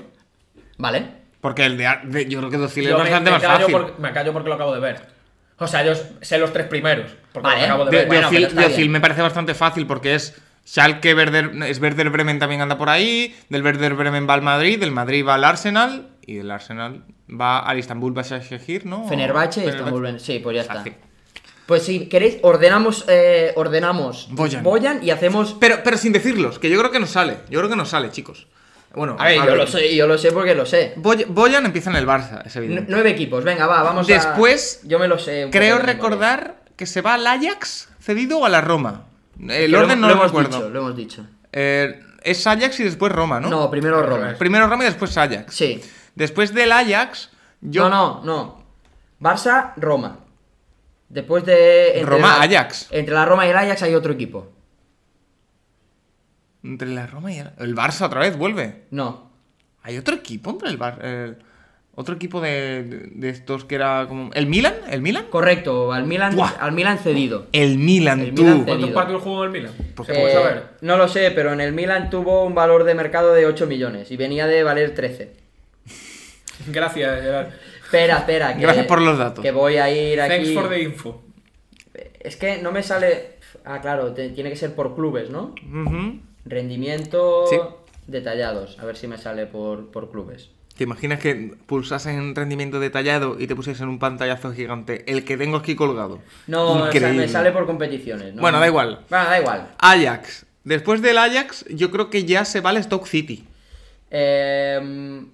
S2: Vale.
S3: Porque el de, Ar- de- yo creo que Docil es
S4: Yo me-
S3: bastante
S4: me,
S3: más
S4: callo
S3: fácil.
S4: porque- me callo porque lo acabo de ver. O sea, yo sé los tres primeros. Porque
S2: Vale.
S4: los acabo de,
S3: De,
S4: ver.
S2: bueno,
S3: Docil-
S2: pero está
S3: Docil
S2: bien.
S3: me parece bastante fácil porque es Schalke, Werder, es Werder Bremen también anda por ahí, del Werder Bremen va al Madrid, del Madrid va al Arsenal y del Arsenal va al Istanbul, va a Shehir, ¿no?
S2: Fenerbahce y
S3: Fenerbahce.
S2: Estambul. Ben- Sí, pues ya está.
S3: Fácil.
S2: Pues si queréis, ordenamos, eh, ordenamos
S3: Boyan.
S2: y hacemos
S3: Pero, pero sin decirlos, que yo creo que nos sale. Yo creo que nos sale, chicos. Bueno,
S2: A ver, yo lo, sé, yo lo sé porque lo sé.
S3: Boy- Boyan empieza en el Barça, es
S2: N-
S3: evidente.
S2: nueve equipos, venga, va, vamos a-
S3: Después,
S2: Yo me lo sé. un poco
S3: Creo
S2: de memoria.
S3: recordar que se va al Ajax cedido o a la Roma. El
S2: Que lo-
S3: orden no
S2: lo
S3: lo,
S2: hemos
S3: recuerdo.
S2: dicho, lo hemos dicho.
S3: Eh, es Ajax y después Roma, ¿no?
S2: No, primero Roma.
S3: Primero Roma y después Ajax.
S2: Sí.
S3: Después del Ajax, yo.
S2: No, no, no. Barça, Roma. Después de.
S3: Roma,
S2: la-
S3: Ajax.
S2: Entre la Roma y el Ajax hay otro equipo.
S3: Entre la Roma y el, el Barça otra vez vuelve.
S2: No.
S3: ¿Hay otro equipo entre el Barça? ¿Otro equipo de, de estos que era como. ¿El Milan? ¿El Milan?
S2: Correcto, al Milan,
S3: Buah.
S2: al Milan cedido.
S3: El Milan,
S2: El
S3: tú.
S2: Milan
S4: ¿Cuántos
S2: Cedido.
S4: partidos jugó en el Milan?
S3: Pues
S4: ¿Se
S2: Eh,
S4: puede saber?
S2: no lo sé, pero en el Milan tuvo un valor de mercado de 8 millones y venía de valer 13.
S4: Gracias, Gerard.
S2: Espera, espera. que-
S3: Gracias por los datos.
S2: Que voy a ir
S4: Thanks
S2: aquí.
S4: for the info.
S2: Es que no me sale. Ah, claro, te- tiene que ser por clubes, ¿no?
S3: Ujú.
S2: Rendimiento.
S3: Sí.
S2: Detallados. A ver si me sale por, por clubes.
S3: ¿Te imaginas que pulsasen en rendimiento detallado y te pusiesen un pantallazo gigante? El que tengo aquí colgado.
S2: No, o sea,
S3: Increíble.
S2: me sale por competiciones. ¿no?
S3: Bueno, da igual.
S2: Bueno, da igual.
S3: Ajax. Después del Ajax, yo creo que ya se va al Stock City.
S2: Eh,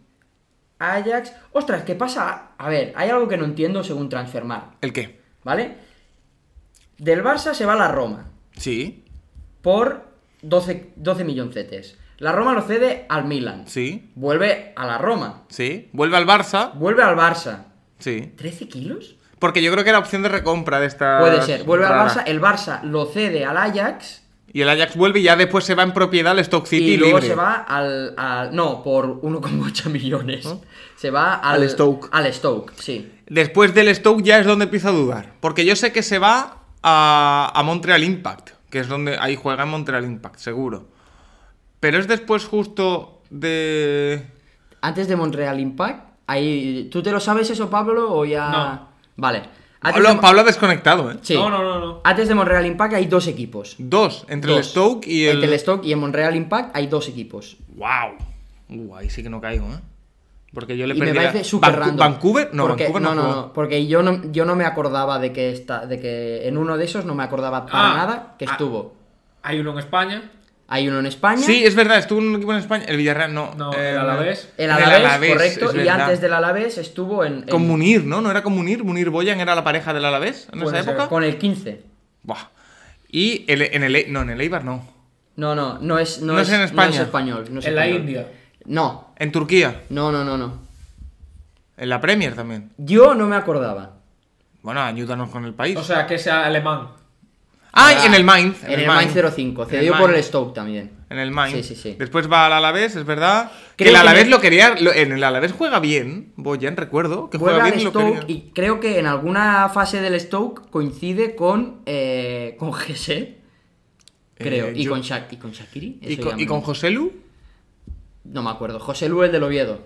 S2: Ajax. Ostras, ¿qué pasa? A ver, hay algo que no entiendo según Transfermarkt,
S3: ¿El qué?
S2: ¿vale? Del Barça se va a la Roma
S3: Sí,
S2: por 12, 12 milloncetes. La Roma lo cede al Milan.
S3: sí,
S2: Vuelve a la Roma.
S3: sí. Vuelve al Barça.
S2: Vuelve al Barça.
S3: Sí.
S2: ¿13 kilos?
S3: Porque yo creo que era opción de recompra de esta.
S2: Puede ser. Vuelve al Barça. eh. El Barça lo cede al Ajax.
S3: Y el Ajax vuelve y ya después se va en propiedad al Stock City
S2: y luego
S3: libre.
S2: se va al, al- No, por 1,8 millones. Se va al,
S3: Al Stoke.
S2: Al Stoke, sí.
S3: Después del Stoke ya es donde empiezo a dudar. Porque yo sé que se va a, a Montreal Impact, que es donde ahí juega en Montreal Impact, seguro. Pero es después justo de...
S2: Antes de Montreal Impact, ahí. ¿Tú te lo sabes eso, Pablo? O ya.
S4: No.
S2: Vale. Antes
S3: Pablo,
S2: de-
S3: Pablo ha desconectado, ¿eh?
S2: Ah, Sí.
S4: No, no, no, no.
S2: Antes de Montreal Impact hay dos equipos.
S3: Dos, entre el
S2: Dos.
S3: Stoke y el...
S2: Entre el Stoke y en Montreal Impact hay dos equipos.
S3: ¡Wow! Uh, ahí sí que no caigo, ¿eh? Porque yo le
S2: Y me
S3: perdí... la-
S2: parece súper
S3: Vancu-
S2: random.
S3: ¿Vancouver? No,
S2: Porque-
S3: Vancouver no,
S2: no,
S3: jugó.
S2: no, Porque yo no, yo no me acordaba de que, esta, de que en uno de esos no me acordaba para
S4: Ah.
S2: nada que
S4: Ah.
S2: estuvo.
S4: Hay uno en España.
S2: Hay uno en España.
S3: Sí, es verdad, estuvo un equipo en España. El Villarreal no.
S4: No,
S3: Eh,
S4: el Alavés.
S2: El Alavés,
S3: es
S2: correcto. Y
S3: verdad.
S2: antes del Alavés estuvo en. en-
S3: Con Munir, ¿no? ¿No era con Munir? ¿Munir Boyan era la pareja del Alavés en
S4: Puede
S3: esa
S4: ser.
S3: época?
S2: con el 15.
S3: Buah. Y el- en el... E- No, en el Eibar no.
S2: No, no, no es, no
S3: No es
S2: es,
S3: en España.
S2: no es español. no es
S4: en la
S2: español.
S4: India.
S2: No,
S3: En Turquía.
S2: no, no, no, no.
S3: En la Premier también.
S2: Yo no me acordaba.
S3: Bueno, ayúdanos con el país.
S4: O sea, que sea alemán.
S3: ah,
S2: ahora-
S3: en el Mainz.
S2: En el Mainz 05.
S3: En
S2: Cedió por el
S3: Mainz.
S2: Stoke también.
S3: En el Mainz.
S2: Sí, sí, sí.
S3: Después va al Alavés, es verdad. que
S2: Creo
S3: el
S2: que
S3: Alavés
S2: en el-
S3: lo quería. lo- en el Alavés juega bien. Boyan, recuerdo. Que
S2: Juega
S3: juega
S2: al
S3: bien lo
S2: Stoke
S3: quería.
S2: y creo que en alguna fase del Stoke coincide con, eh, con Gese, creo.
S3: Eh,
S2: y,
S3: yo-
S2: con Sha- ¿Y con Shakiri?
S3: ¿Y
S2: Eso
S3: con,
S2: ya
S3: y con
S2: no-
S3: José Lu?
S2: No me acuerdo. José Lu, el del Oviedo.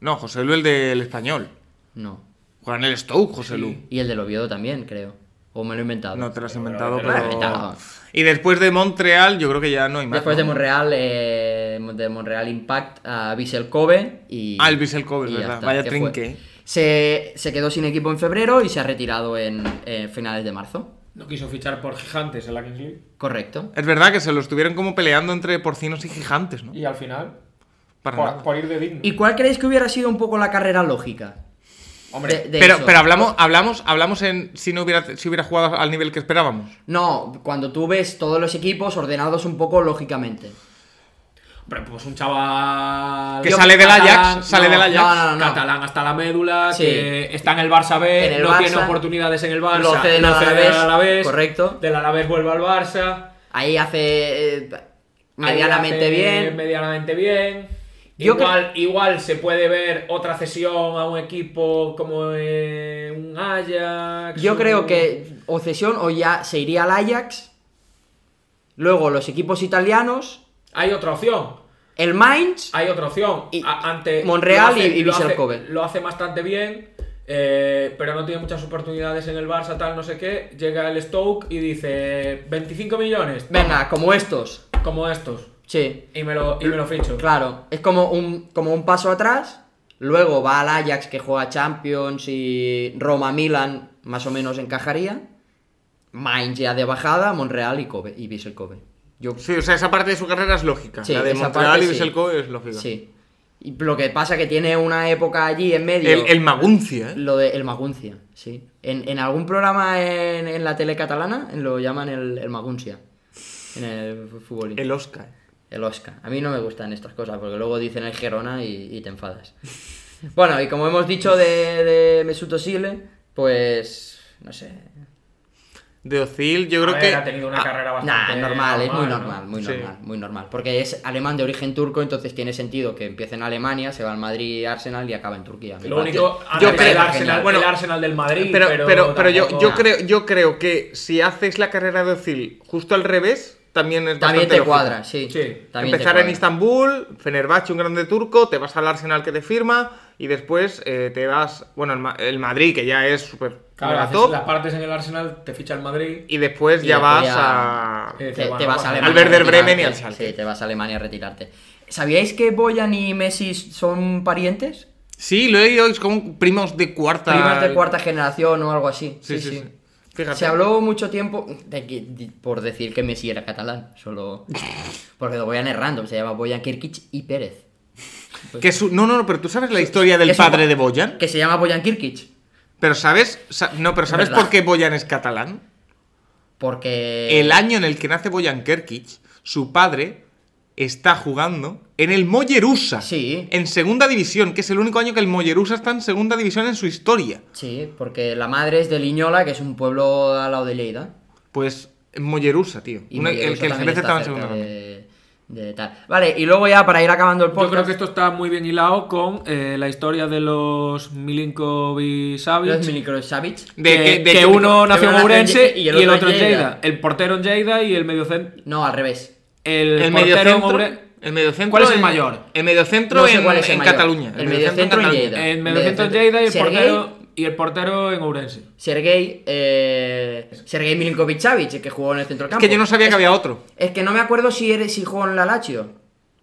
S3: No, José Lu el del español.
S2: No.
S3: Juega en el Stoke, José Lu.
S2: Y el del Oviedo también, creo. O me lo he inventado.
S3: No te lo has
S2: lo
S3: inventado,
S2: he
S3: pero.
S2: inventado.
S3: Y después de Montreal, yo creo que ya no hay más.
S2: Después
S3: ¿no?
S2: de Monreal, eh, de Monreal Impact a Vissel Kobe y.
S3: Ah, el Vissel Kobe,
S2: y ya
S3: verdad.
S2: está,
S3: Vaya
S2: que
S3: trinque.
S2: fue. Se, se quedó sin equipo en febrero y se ha retirado en eh, finales de marzo.
S4: No quiso fichar por gigantes en la Kings League.
S2: Correcto.
S3: Es verdad que se lo estuvieron como peleando entre porcinos y gigantes, ¿no?
S4: Y al final,
S3: Para
S4: por,
S3: nada.
S4: por ir de digno.
S2: ¿Y cuál creéis que hubiera sido un poco la carrera lógica?
S4: Hombre,
S2: de- de
S3: pero,
S2: eso?
S3: pero hablamos, hablamos, hablamos en si no hubiera, si hubiera jugado al nivel que esperábamos.
S2: No, cuando tú ves todos los equipos ordenados un poco lógicamente.
S4: Hombre, pues un chaval.
S3: Que sale del
S4: catalán,
S3: Ajax, sale
S4: no,
S3: del Ajax.
S2: no, no, no, no.
S4: Catalán hasta la médula,
S2: Sí.
S4: que está en el Barça B,
S2: En el
S4: no tiene
S2: Barça.
S4: oportunidades en el Barça.
S2: Lo ceden
S4: no
S2: al
S4: ceden
S2: Alavés,
S4: al Alavés,
S2: correcto.
S4: Del Alavés vuelve al Barça.
S2: Ahí hace eh,
S4: Ahí
S2: medianamente
S4: hace
S2: bien.
S4: Medianamente bien.
S2: Yo
S4: igual, igual se puede ver otra cesión a un equipo como eh, un Ajax.
S2: Yo
S4: un-
S2: creo que o cesión o ya se iría al Ajax. Luego los equipos italianos.
S4: Hay otra opción.
S2: El Mainz.
S4: Hay otra opción.
S2: Y-
S4: A- ante,
S2: Monreal
S4: lo hace-
S2: y- y
S4: lo
S2: Vissel
S4: hace-
S2: Kobe.
S4: Lo hace bastante bien, eh, pero no tiene muchas oportunidades en el Barça, tal, no sé qué. Llega el Stoke y dice 25 millones. toma,
S2: Venga, como estos.
S4: Como estos.
S2: Sí,
S4: Y me lo, y me lo ficho.
S2: claro. Es como un, como un paso atrás. Luego va al Ajax que juega Champions y Roma-Milan más o menos encajaría. Mainz ya de bajada, Monreal y Kobe, y Vissel Kobe. Yo,
S3: Sí, o sea, esa parte de su carrera es lógica.
S2: Sí,
S3: la de
S2: esa
S3: Montreal
S2: parte
S3: y
S2: sí.
S3: Biselko es lógica.
S2: sí. Y lo que pasa que tiene una época allí en medio.
S3: El, el Maguncia, ¿eh?
S2: Lo de el Maguncia, sí. En, en algún programa en, en la tele catalana lo llaman el, el Maguncia. En el fútbol.
S3: El Oscar.
S2: El Oscar. A mí no me gustan estas cosas porque luego dicen el Gerona y, y te enfadas. bueno, y como hemos dicho de, de Mesut Özil, pues. No sé.
S3: De Ozil, yo creo
S4: A ver,
S3: que.
S4: ha tenido una
S3: Ah,
S4: carrera
S2: Nah,
S4: bastante.
S2: normal, es muy
S4: ¿no?
S2: normal, muy
S3: Sí.
S2: normal, muy normal. Porque es alemán de origen turco, entonces tiene sentido que empiece en Alemania, se va al Madrid, Arsenal y acaba en Turquía. Me
S4: Lo
S2: parece-
S4: único,
S3: Yo
S4: yo
S3: creo-
S4: el Arsenal,
S3: Bueno,
S4: el Arsenal del Madrid.
S3: pero, pero, pero yo,
S4: tampoco-
S3: yo, creo, yo creo que si haces la carrera de Ozil justo al revés, también es
S2: También
S3: bastante
S2: te
S3: lógico.
S2: cuadra, sí.
S4: Sí.
S2: también te
S3: Empezar en
S2: cuadra.
S3: Istambul, Fenerbahce, un grande turco, te vas al Arsenal que te firma y después eh, te vas, bueno, el, Ma- el Madrid que ya es súper
S4: Claro,
S3: mega
S4: haces
S3: top,
S4: las partes en el Arsenal, te ficha el Madrid.
S3: y después
S2: Y
S3: ya
S2: después
S3: vas
S2: ya-
S3: a...
S4: Eh,
S2: Te,
S4: Bueno,
S2: te vas a
S4: al
S2: Alemania.
S3: Werder
S2: a retirarte.
S3: Bremen y al Schalke.
S2: Sí, te vas a Alemania a retirarte. ¿Sabíais que Boyan y Messi son parientes?
S3: Sí, lo he oído, es como primos de cuarta...
S2: Primas de cuarta generación o algo así.
S3: Sí, sí, sí. Fíjate.
S2: Se habló mucho tiempo de que- de- por decir que Messi era catalán, solo porque lo Boyan es random, se llama Boyan Kirkic y Pérez.
S3: Que su- No, no, no, pero tú sabes la historia del
S2: es un-
S3: padre de Boyan.
S2: Que se llama Boyan Kirkic
S3: Pero sabes, sa- no, pero ¿sabes
S2: verdad.
S3: por qué Boyan es catalán?
S2: porque
S3: El año en el que nace Boyan Kerkic, su padre está jugando en el Mollerusa.
S2: Sí.
S3: En segunda división, que es el único año que el Mollerusa está en segunda división en su historia.
S2: Sí, porque la madre es de Liñola, que es un pueblo al lado de Lleida.
S3: Pues en Mollerusa, tío.
S2: Y
S3: Una- el
S2: Mollerussa
S3: que el
S2: también
S3: Jerez
S2: está
S3: estaba en segunda.
S2: cerca
S3: también.
S2: de, de tal. Vale, y luego ya para ir acabando el podcast.
S4: Yo creo que esto está muy bien hilado con eh, la historia de los Milinkovic Savic.
S2: Los Milinkovic-Savic.
S3: De
S4: que,
S3: que- de
S4: que
S3: que-
S4: uno nació en
S2: nació en
S4: Ourense
S2: Ye-
S4: y el otro en Lleida. El portero en Lleida y el mediocentro.
S2: No, al revés.
S4: El,
S3: El
S4: portero en
S3: mediocentro.
S4: Ourense.
S3: El mediocentro
S4: ¿Cuál es el
S3: en-
S4: mayor?
S3: El mediocentro
S2: No sé
S3: en,
S2: cuál es el
S3: en
S2: mayor.
S3: Cataluña.
S2: El mediocentro en
S3: Cataluña.
S2: Lleida.
S4: El mediocentro en
S2: Mediocentro.
S4: Lleida y el
S2: Serguei.
S4: portero, y el portero en Ourense.
S2: Sergei, eh, Sergei Milinkovic-Savic, el que jugó en el centro
S3: Es que yo no sabía que había otro.
S2: Es que no me acuerdo si, eres, si jugó en la Lazio.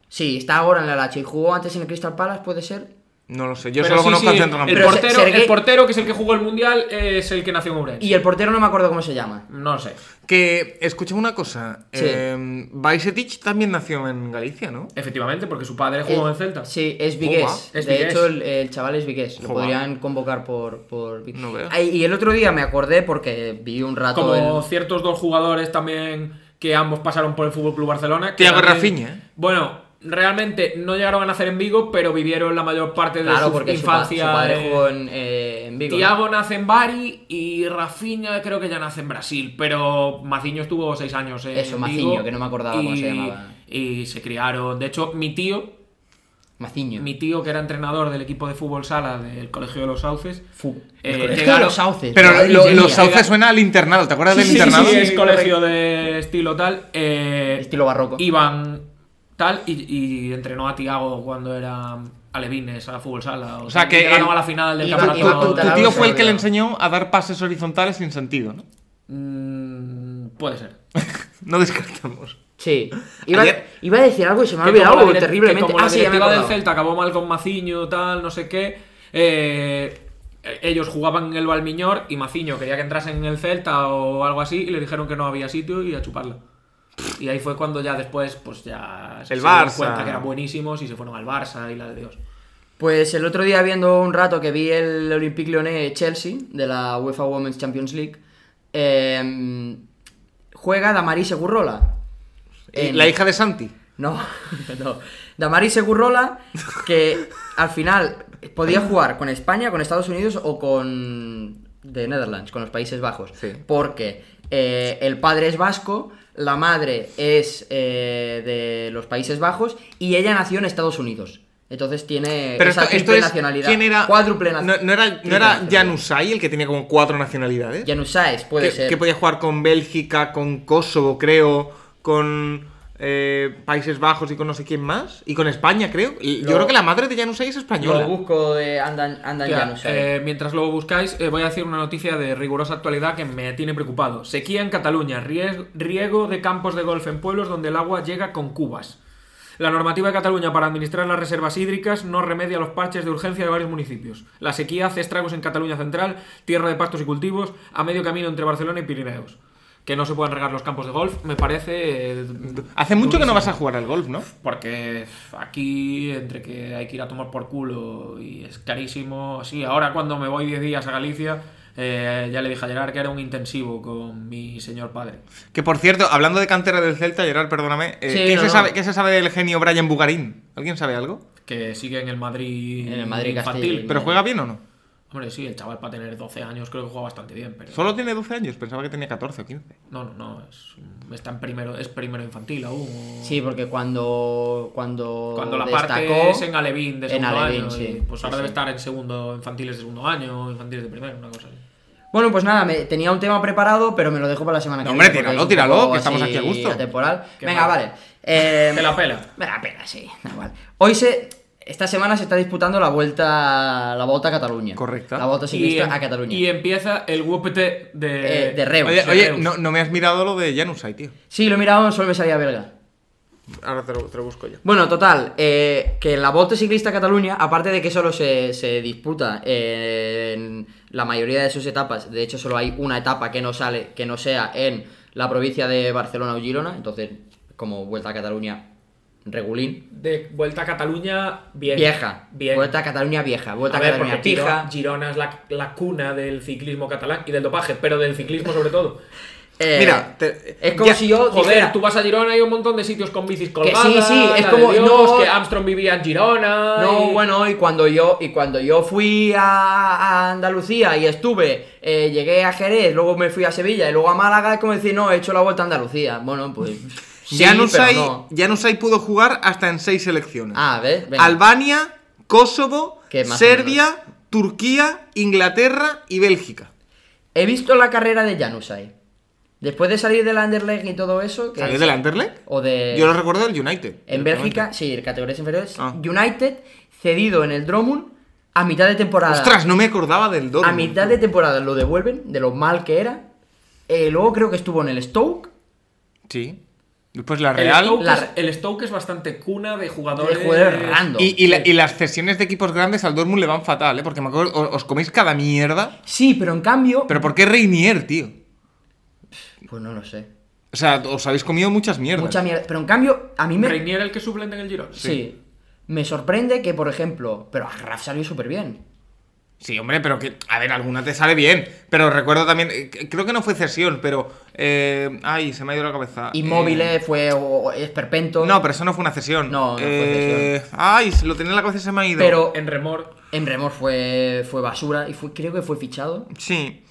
S2: Sí, está ahora en la Lazio. ¿Y jugó antes en el Crystal Palace, puede ser?
S3: No lo sé. Yo
S4: Pero
S3: solo
S4: sí,
S3: conozco
S4: sí,
S3: al centro
S4: el,
S2: Pero
S3: campeón.
S2: se-
S4: portero,
S2: Serguei-
S4: el portero, que es el que jugó el mundial, es el que nació en Ourense.
S2: Y el portero no me acuerdo cómo se llama.
S4: No sé.
S3: Que, escuchame una cosa.
S2: Sí.
S3: eh, Bajcetic también nació en Galicia, ¿no?
S4: Efectivamente, porque su padre jugó
S2: Eh,
S4: en Celta.
S2: Sí, es
S3: Joba.
S2: Vigués.
S4: Es
S2: de
S4: vigués.
S2: hecho, el, el chaval es Vigués. Lo
S3: Joba.
S2: podrían convocar por. por... Vig-
S3: No veo.
S2: Ay, y el otro día me acordé porque vi un rato.
S4: Como
S2: el-
S4: ciertos dos jugadores también que ambos pasaron por el Fútbol Club Barcelona. que
S3: Thiago
S4: también-
S3: Rafinha, ¿eh?
S4: Bueno, realmente no llegaron a nacer en Vigo, pero vivieron la mayor parte de
S2: Claro,
S4: su
S2: porque su pa-
S4: infancia.
S2: su, padre
S4: en-
S2: jugó en, eh, en Vigo. ¿no?
S4: Thiago nace en Bari y Rafinha creo que ya nace en Brasil, pero Maciño estuvo seis años en
S2: Eso,
S4: Vigo
S2: Maciño, que no me acordaba cómo se
S4: y-
S2: llamaba.
S4: Y se criaron. De hecho, mi tío,
S2: Maciño.
S4: mi tío que era entrenador del equipo de fútbol sala del Colegio de los Sauces,
S2: Fu-
S4: eh,
S2: el colegio de
S4: llegaron-
S2: los sauces.
S3: Pero
S2: madre
S3: lo-
S2: mía.
S3: los sauces suena al internado, ¿te acuerdas
S4: Sí,
S3: del
S4: sí,
S3: internado?
S4: sí, es colegio de estilo tal. eh,
S2: Estilo barroco.
S4: Iban tal y, y entrenó a Tiago cuando era alevines a fútbol sala. O,
S3: sea,
S4: sea,
S3: que
S4: que llegaron
S3: el-
S4: a la final del
S2: Iban-
S3: Tu, tu-
S4: campeonato.
S3: tu- tu
S2: Iban-
S3: tío fue el que le
S2: Iban-
S3: enseñó a dar pases horizontales sin sentido, ¿no?
S4: Mm, puede ser.
S3: No descartamos.
S2: Sí. Iba,
S3: Ayer-
S2: iba a decir algo y se me ha
S4: Que como
S2: olvidado
S4: la direc-
S2: terriblemente.
S4: que como la
S2: ah, sí, ya me he
S4: directiva del
S2: acordado.
S4: Celta acabó mal con Maciño, tal, no sé qué. eh, eh, ellos jugaban en el Balmiñor y Maciño quería que entrasen en el Celta o algo así y le dijeron que no había sitio y a chuparla. Y ahí fue cuando ya después, pues ya se
S3: El
S4: dieron
S3: Barça.
S4: cuenta que eran buenísimos y se fueron al Barça y la de Dios.
S2: Pues el otro día viendo un rato que vi el Olympique Lyonnais Chelsea de la UEFA Women's Champions League, eh, juega Damaris Segurrola. En-
S3: Eh,
S2: Eh,
S3: La hija de Santi.
S2: No, no. Damaris Segurrola, que al final podía jugar con España, con Estados Unidos o con The Netherlands, con los Países Bajos.
S3: Sí.
S2: Porque eh, el padre es vasco, la madre es eh, de los Países Bajos y ella nació en Estados Unidos. Entonces tiene
S3: Pero
S2: esa
S3: esto, esto
S2: triple
S3: es.
S2: nacionalidad.
S3: ¿Quién era?
S2: Cuádruple
S3: no,
S2: nacionalidad.
S3: no era, no era Januzaj el que tenía como cuatro nacionalidades.
S2: puede
S3: que,
S2: ser.
S3: que podía jugar con Bélgica, con Kosovo, creo, con eh, Países Bajos y con no sé quién más. Y con España, creo. Y
S2: Lo-
S3: Yo creo que la madre de Januzaj es
S2: Lo
S3: española.
S2: busco de Andan, Andan
S4: Ya,
S2: Januzaj.
S4: eh, mientras lo buscáis, eh, voy a decir una noticia de rigurosa actualidad que me tiene preocupado. Sequía en Cataluña, ries- riego de campos de golf en pueblos donde el agua llega con cubas. La normativa de Cataluña para administrar las reservas hídricas no remedia los parches de urgencia de varios municipios. La sequía hace estragos en Cataluña central, tierra de pastos y cultivos, a medio camino entre Barcelona y Pirineos. que no se puedan regar los campos de golf, me parece. eh,
S3: Hace mucho que no
S4: durísimo.
S3: vas a jugar al golf, ¿no?
S4: Porque aquí, entre que hay que ir a tomar por culo y es carísimo, sí, ahora cuando me voy 10 días a Galicia, eh, ya le dije a Gerard que era un intensivo con mi señor padre.
S3: Que por cierto, hablando de cantera del Celta, Gerard, perdóname, eh,
S2: Sí,
S3: ¿qué,
S2: no,
S3: se
S2: no.
S3: Sabe, qué se sabe del genio Brian Bugarín? ¿Alguien sabe algo?
S4: Que sigue en el Madrid,
S2: En el Madrid
S4: infantil.
S2: Castilla.
S4: Pero-
S3: ¿Pero juega bien o no?
S4: hombre, sí, el chaval para tener 12 años creo que juega bastante bien. Pero...
S3: Solo tiene 12 años, pensaba que tenía 14 o 15.
S4: No, no, no. Es, está en primero, es primero infantil aún. o-
S2: Sí, porque cuando. Cuando,
S4: Cuando la
S2: destacó,
S4: parte es en Alevín de
S2: en
S4: segundo
S2: Alevín,
S4: año.
S2: sí.
S4: y, pues
S2: Sí, sí.
S4: ahora debe estar en segundo, infantiles de segundo año, infantiles de primero, una cosa así.
S2: Bueno, pues nada, me, tenía un tema preparado, pero me lo dejo para la semana que
S3: No, hombre,
S2: viene.
S3: tíralo,
S2: porque es un
S3: tíralo,
S2: poco
S3: que estamos
S2: así
S3: aquí a gusto.
S2: atemporal.
S4: Qué
S2: Venga,
S4: mal.
S2: vale. Eh,
S4: Te la pela.
S2: Me la pela, sí, da igual. Hoy se. Esta semana se está disputando la vuelta. La vuelta a Cataluña.
S3: Correcta.
S2: La vuelta
S4: Y
S2: ciclista
S4: em-
S2: a Cataluña.
S4: Y empieza el WPT de,
S2: Eh, de Reus.
S3: Oye,
S4: de
S3: oye,
S4: Reus.
S3: no, no me has mirado lo de Janusay, tío.
S2: Sí, lo he mirado, solo me salía belga.
S3: Ahora te lo, te lo busco yo.
S2: Bueno, total, eh, que la Volta Ciclista a Cataluña, aparte de que solo se, se disputa eh, en la mayoría de sus etapas, de hecho solo hay una etapa que no sale, que no sea en la provincia de Barcelona o Girona, entonces como Vuelta a Cataluña regulín.
S4: De vuelta a Cataluña, bien.
S2: Vieja,
S4: Bien.
S2: Vuelta a Cataluña vieja, Vuelta
S4: a
S2: a,
S4: ver, porque
S2: Cataluña pija.
S4: Girona, Girona es la, la cuna del ciclismo catalán y del dopaje, pero del ciclismo sobre todo.
S2: Eh,
S3: Mira, te-
S2: es como
S3: ya,
S2: si yo
S4: Joder,
S2: dijera,
S4: tú vas a Girona y hay un montón de sitios con bicis colgadas.
S2: Oh, sí, es
S4: la de
S2: como-
S4: Dios,
S2: no.
S4: que Armstrong vivía en Girona.
S2: No,
S4: y-
S2: bueno, y cuando yo, y cuando yo fui a, a Andalucía y estuve, eh, llegué a Jerez, luego me fui a Sevilla y luego a Málaga, es como decir, no, he hecho la vuelta a Andalucía. Bueno, pues. Sí,
S3: Janusay,
S2: pero no.
S3: Janusay pudo jugar hasta en seis selecciones.
S2: Ah, ¿ves? Venga.
S3: Albania, Kosovo,
S2: Que más o
S3: Serbia, Turquía, Inglaterra y Bélgica.
S2: He visto la carrera de Janusay. Después de salir del Anderlecht y todo eso. que
S3: ¿Salió
S2: es-
S3: del Anderlecht?
S2: O de.
S3: Yo lo recuerdo del United.
S2: En Bélgica, sí, categorías inferiores.
S3: Ah.
S2: United, cedido en el Dromund a mitad de temporada.
S3: Ostras, no me acordaba del Dortmund.
S2: A mitad de temporada lo devuelven, de lo mal que era. Eh, luego creo que estuvo en el Stoke.
S3: Sí. Después la
S4: El
S3: Real.
S4: Stoke,
S2: La-
S4: es, el Stoke es bastante cuna de jugadores.
S2: De jugadores random.
S3: Y, y la- y las cesiones de equipos grandes al Dortmund le van fatal, ¿eh? Porque me acuerdo, o- os coméis cada mierda.
S2: Sí, pero en cambio.
S3: Pero ¿por qué Reinier, tío?
S2: Pues no lo sé.
S3: O sea, os habéis comido muchas mierdas.
S2: Mucha mierda. Pero en cambio, a mí me.
S4: Reinier el que suplente en el Girona.
S2: sí. Me sorprende que, por ejemplo. Pero a Graf salió súper bien.
S3: Sí, hombre, pero que. A ver, alguna te sale bien. Pero recuerdo también. eh, que- creo que no fue cesión, pero. eh, ay, se me ha ido la cabeza.
S2: Inmóvil
S3: Eh,
S2: fue o- o esperpento.
S3: no, pero eso no fue una cesión.
S2: No, no fue
S3: Eh, Ay, se lo tenía en la cabeza y se me ha ido.
S2: Pero
S4: En remor.
S2: en Remor fue, fue basura y fue, creo que fue fichado.
S3: Sí.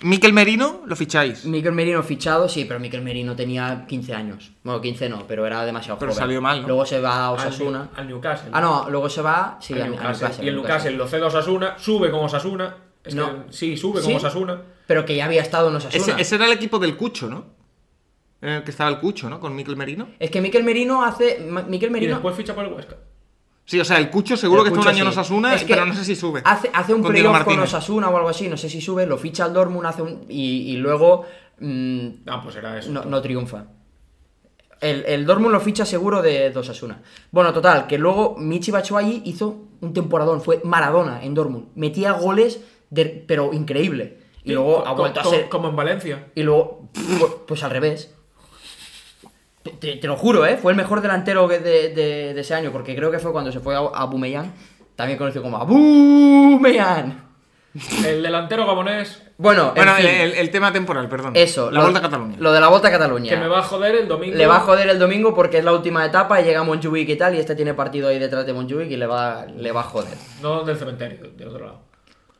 S3: Miquel Merino, lo ficháis.
S2: Miquel Merino fichado, sí, pero Miquel Merino tenía 15 años. Bueno, 15 no, pero era demasiado
S3: Pero
S2: joven.
S3: salió mal, ¿no?
S2: Luego se va a
S4: al-
S2: Osasuna.
S4: Al Newcastle.
S2: Ah, no, luego se va. Sí,
S4: Al
S2: a- a
S4: Newcastle.
S2: Newcastle,
S4: Y el Newcastle lo cede a Osasuna, sube con Osasuna. Es
S2: No.
S4: que, sí, sube
S2: ¿Sí?
S4: con Osasuna.
S2: Pero que ya había estado en Osasuna.
S3: Ese, ese era el equipo del Cucho, ¿no? En el que estaba el Cucho, ¿no? Con Miquel Merino.
S2: Es que Miquel Merino hace. Ma- Miquel
S4: Y
S2: Merino.
S4: después ficha por el Huesca.
S3: Sí, o sea, el Cucho seguro
S2: El
S3: que está
S2: Cucho
S3: un año en
S2: sí.
S3: Osasuna,
S2: Es que
S3: pero no sé si sube.
S2: Hace, hace un
S3: Con Diego
S2: playoff con
S3: Martínez.
S2: Osasuna o algo así, no sé si sube, lo ficha al Dortmund hace un, y, y luego mm,
S4: Ah, pues era eso.
S2: no, no triunfa. El, el Dortmund lo ficha seguro de, de Osasuna. Bueno, total, que luego Michi Batshuayi hizo un temporadón, fue Maradona en Dortmund. Metía goles, de- pero increíble. Y
S4: Sí,
S2: luego ha
S4: co-
S2: vuelto a
S4: co-
S2: ser...
S4: Como en Valencia.
S2: Y luego, pues, pues al revés. Te, te- te lo juro, ¿eh? Fue el mejor delantero que de, de- de ese año, porque creo que fue cuando se fue a, a Bumeyang, también conocido como Abumeyang.
S4: El delantero gabonés
S2: Bueno, en
S3: Bueno, el,
S2: fin,
S3: el- el tema temporal, perdón.
S2: eso.
S3: La
S2: lo-
S3: Vuelta a Cataluña.
S2: Lo de la Volta a Cataluña.
S4: que me va a joder el domingo.
S2: Le va a joder el domingo porque es la última etapa y llega Montjuic y tal, y este tiene partido ahí detrás de Montjuic y le va, le va a joder.
S4: No del cementerio, de otro lado.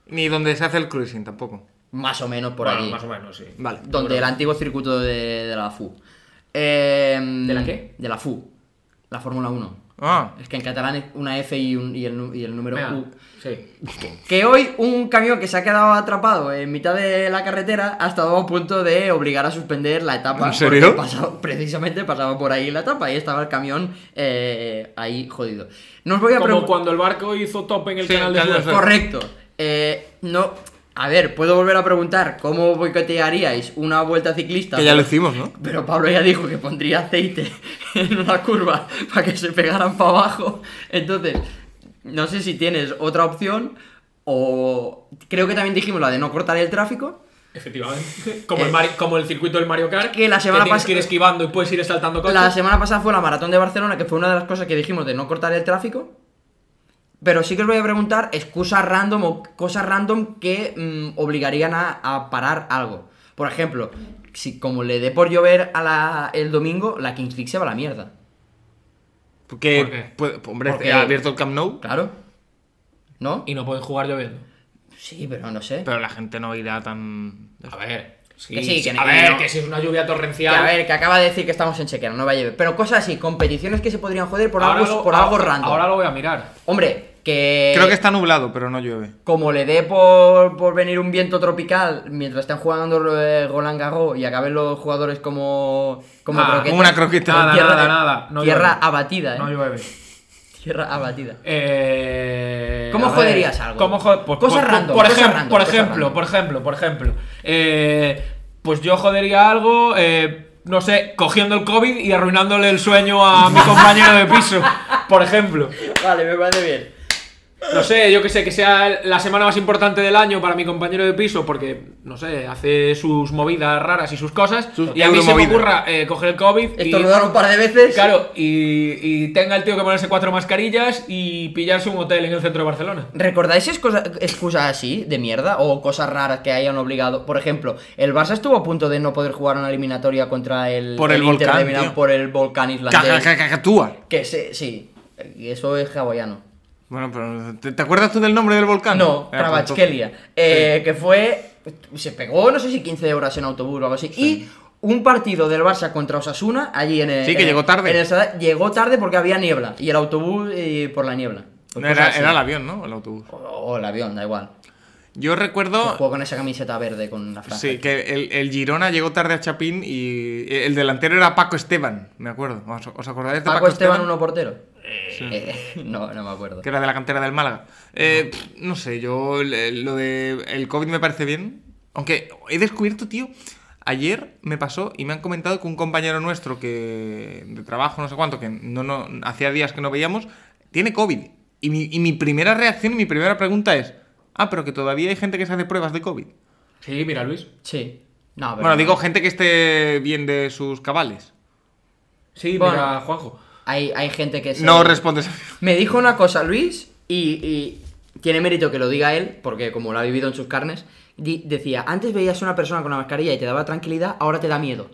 S3: Ni donde se hace el cruising tampoco.
S2: Más o menos por
S4: Bueno,
S2: ahí.
S4: Más o menos, sí.
S3: Vale.
S2: Donde el antiguo circuito de, de la FU. Em,
S4: ¿De la qué?
S2: De la FU. La Fórmula 1.
S3: Ah,
S2: Es que en catalán es una F y, un- y el, nu- y el número
S4: Venga,
S2: U.
S4: sí.
S2: Que hoy un camión que se ha quedado atrapado en mitad de la carretera ha estado a punto de obligar a suspender la etapa.
S3: ¿En serio?
S2: porque pasaba- precisamente pasaba por ahí la etapa y estaba el camión eh, ahí jodido. No os voy a
S4: Como
S2: preguntar.
S4: cuando el barco hizo top en el
S3: Sí,
S4: canal de
S3: canal de
S4: Suez.
S3: Suez.
S2: Correcto. Eh, no. A ver, puedo volver a preguntar cómo boicotearíais una vuelta ciclista.
S3: que ya lo hicimos, ¿no?
S2: Pero Pablo ya dijo que pondría aceite en una curva para que se pegaran para abajo. Entonces, no sé si tienes otra opción o creo que también dijimos la de no cortar el tráfico.
S4: Efectivamente. Como, el
S2: Eh,
S4: Mari- como el circuito del Mario Kart.
S2: que la semana
S4: tienes
S2: pas-
S4: que ir esquivando y puedes ir saltando coches.
S2: La semana pasada fue la maratón de Barcelona, que fue una de las cosas que dijimos de no cortar el tráfico. Pero sí que os voy a preguntar excusas random o cosas random que mm, obligarían a, a parar algo. Por ejemplo, si como le dé por llover a la- el domingo, la Kings League se va a la mierda.
S3: Porque,
S4: ¿Por qué?
S3: puede- hombre, eh,
S2: Porque-
S3: ha abierto el Camp Nou,
S2: Claro. ¿No?
S4: Y no pueden jugar lloviendo.
S2: Sí, pero no sé.
S3: pero la gente no irá tan.
S4: A ver. Sí,
S2: Que sí, que
S4: a
S2: no-
S4: ver,
S2: no.
S4: que si es una lluvia
S2: Que,
S4: torrencial.
S2: a ver, que acaba de decir que estamos en sequera, no va a llover. Pero cosas así, competiciones que se podrían joder por,
S4: Ahora
S2: algo,
S4: lo-
S2: por algo random.
S4: Ahora lo voy a mirar.
S2: Hombre, que...
S3: Creo que está nublado, pero no llueve.
S2: como le dé por, por venir un viento tropical mientras están jugando eh, Roland Garros y acaben los jugadores como como
S4: Ah,
S2: croquetas.
S3: como una croqueta.
S4: Nada,
S2: tierra,
S4: nada, nada. No
S2: tierra
S4: llueve.
S2: abatida, eh.
S4: No llueve.
S2: tierra abatida.
S4: Eh,
S2: ¿Cómo
S4: a ver,
S2: joderías algo?
S4: ¿Cómo jo- pues,
S2: Cosas
S4: por,
S2: random,
S4: Por,
S2: cosas
S4: ejemplo,
S2: random,
S4: por,
S2: cosas
S4: ejemplo
S2: random.
S4: por ejemplo, por ejemplo. Eh, pues yo jodería algo, eh, no sé, cogiendo el COVID y arruinándole el sueño a mi compañero de piso, por ejemplo.
S2: Vale, me parece bien.
S4: No sé, yo que sé, que sea la semana más importante del año para mi compañero de piso, porque, no sé, hace sus movidas raras y sus cosas.
S3: Sus
S4: y a mí se me
S3: euromovidas.
S4: ocurra eh, coger el COVID y-
S2: Estornudar un par de veces.
S4: Claro, y, y tenga el tío que ponerse cuatro mascarillas y pillarse un hotel en el centro de Barcelona.
S2: ¿Recordáis esas cosa- excusas así de mierda o cosas raras que hayan obligado? Por ejemplo, el Barça estuvo a punto de no poder jugar una eliminatoria contra el,
S3: Por el
S2: Inter de
S3: volcán,
S2: Milán
S3: tío.
S2: por el volcán islandés.
S3: Cacacacacatúa.
S2: Que se, sí, y eso es hawaiano.
S3: Bueno, pero ¿te, te acuerdas tú del nombre del volcán? Ah, pues
S2: No,
S3: Era
S2: Trabachkelia. Eh, Que fue. Se pegó, no sé si 15 horas en autobús o algo así. Y un partido del Barça contra Osasuna, allí en el.
S3: Sí, que
S2: en-
S3: llegó tarde.
S2: en el Sadar, llegó tarde porque había niebla. Y el autobús eh, por la niebla.
S3: punto.
S2: Pues
S3: No,
S2: cosas
S3: Era,
S2: así.
S3: era el avión, ¿no? El autobús.
S2: O, o el avión, da igual.
S3: Yo
S2: Que
S3: recuerdo.
S2: Jugó con esa camiseta verde con la frase.
S3: Sí, que el, el Girona llegó tarde a Chapín y eh, el delantero era Paco Esteban, me acuerdo. ¿Os, os acordáis de
S2: Paco,
S3: Paco,
S2: Esteban, uno portero. Eh, no, no me acuerdo.
S3: Que era de la cantera del Málaga. Eh, pf, no sé, yo le- lo de el COVID me parece bien. Aunque he descubierto, tío, ayer me pasó y me han comentado que un compañero nuestro que de trabajo, no sé cuánto, que no, no hacía días que no veíamos, tiene COVID. Y mi, y mi primera reacción y mi primera pregunta es, ah, pero que todavía hay gente que se hace pruebas de COVID.
S4: Sí, mira, Luis.
S2: Sí. No, pero
S3: bueno,
S2: no.
S3: digo gente que esté bien de sus cabales.
S4: Sí,
S2: Bueno.
S4: mira, Juanjo.
S2: Hay, hay gente que se.
S3: No respondes.
S2: Me dijo una cosa Luis y, y tiene mérito que lo diga él, porque como lo ha vivido en sus carnes, di- decía, antes veías a una persona con una mascarilla y te daba tranquilidad, ahora te da miedo.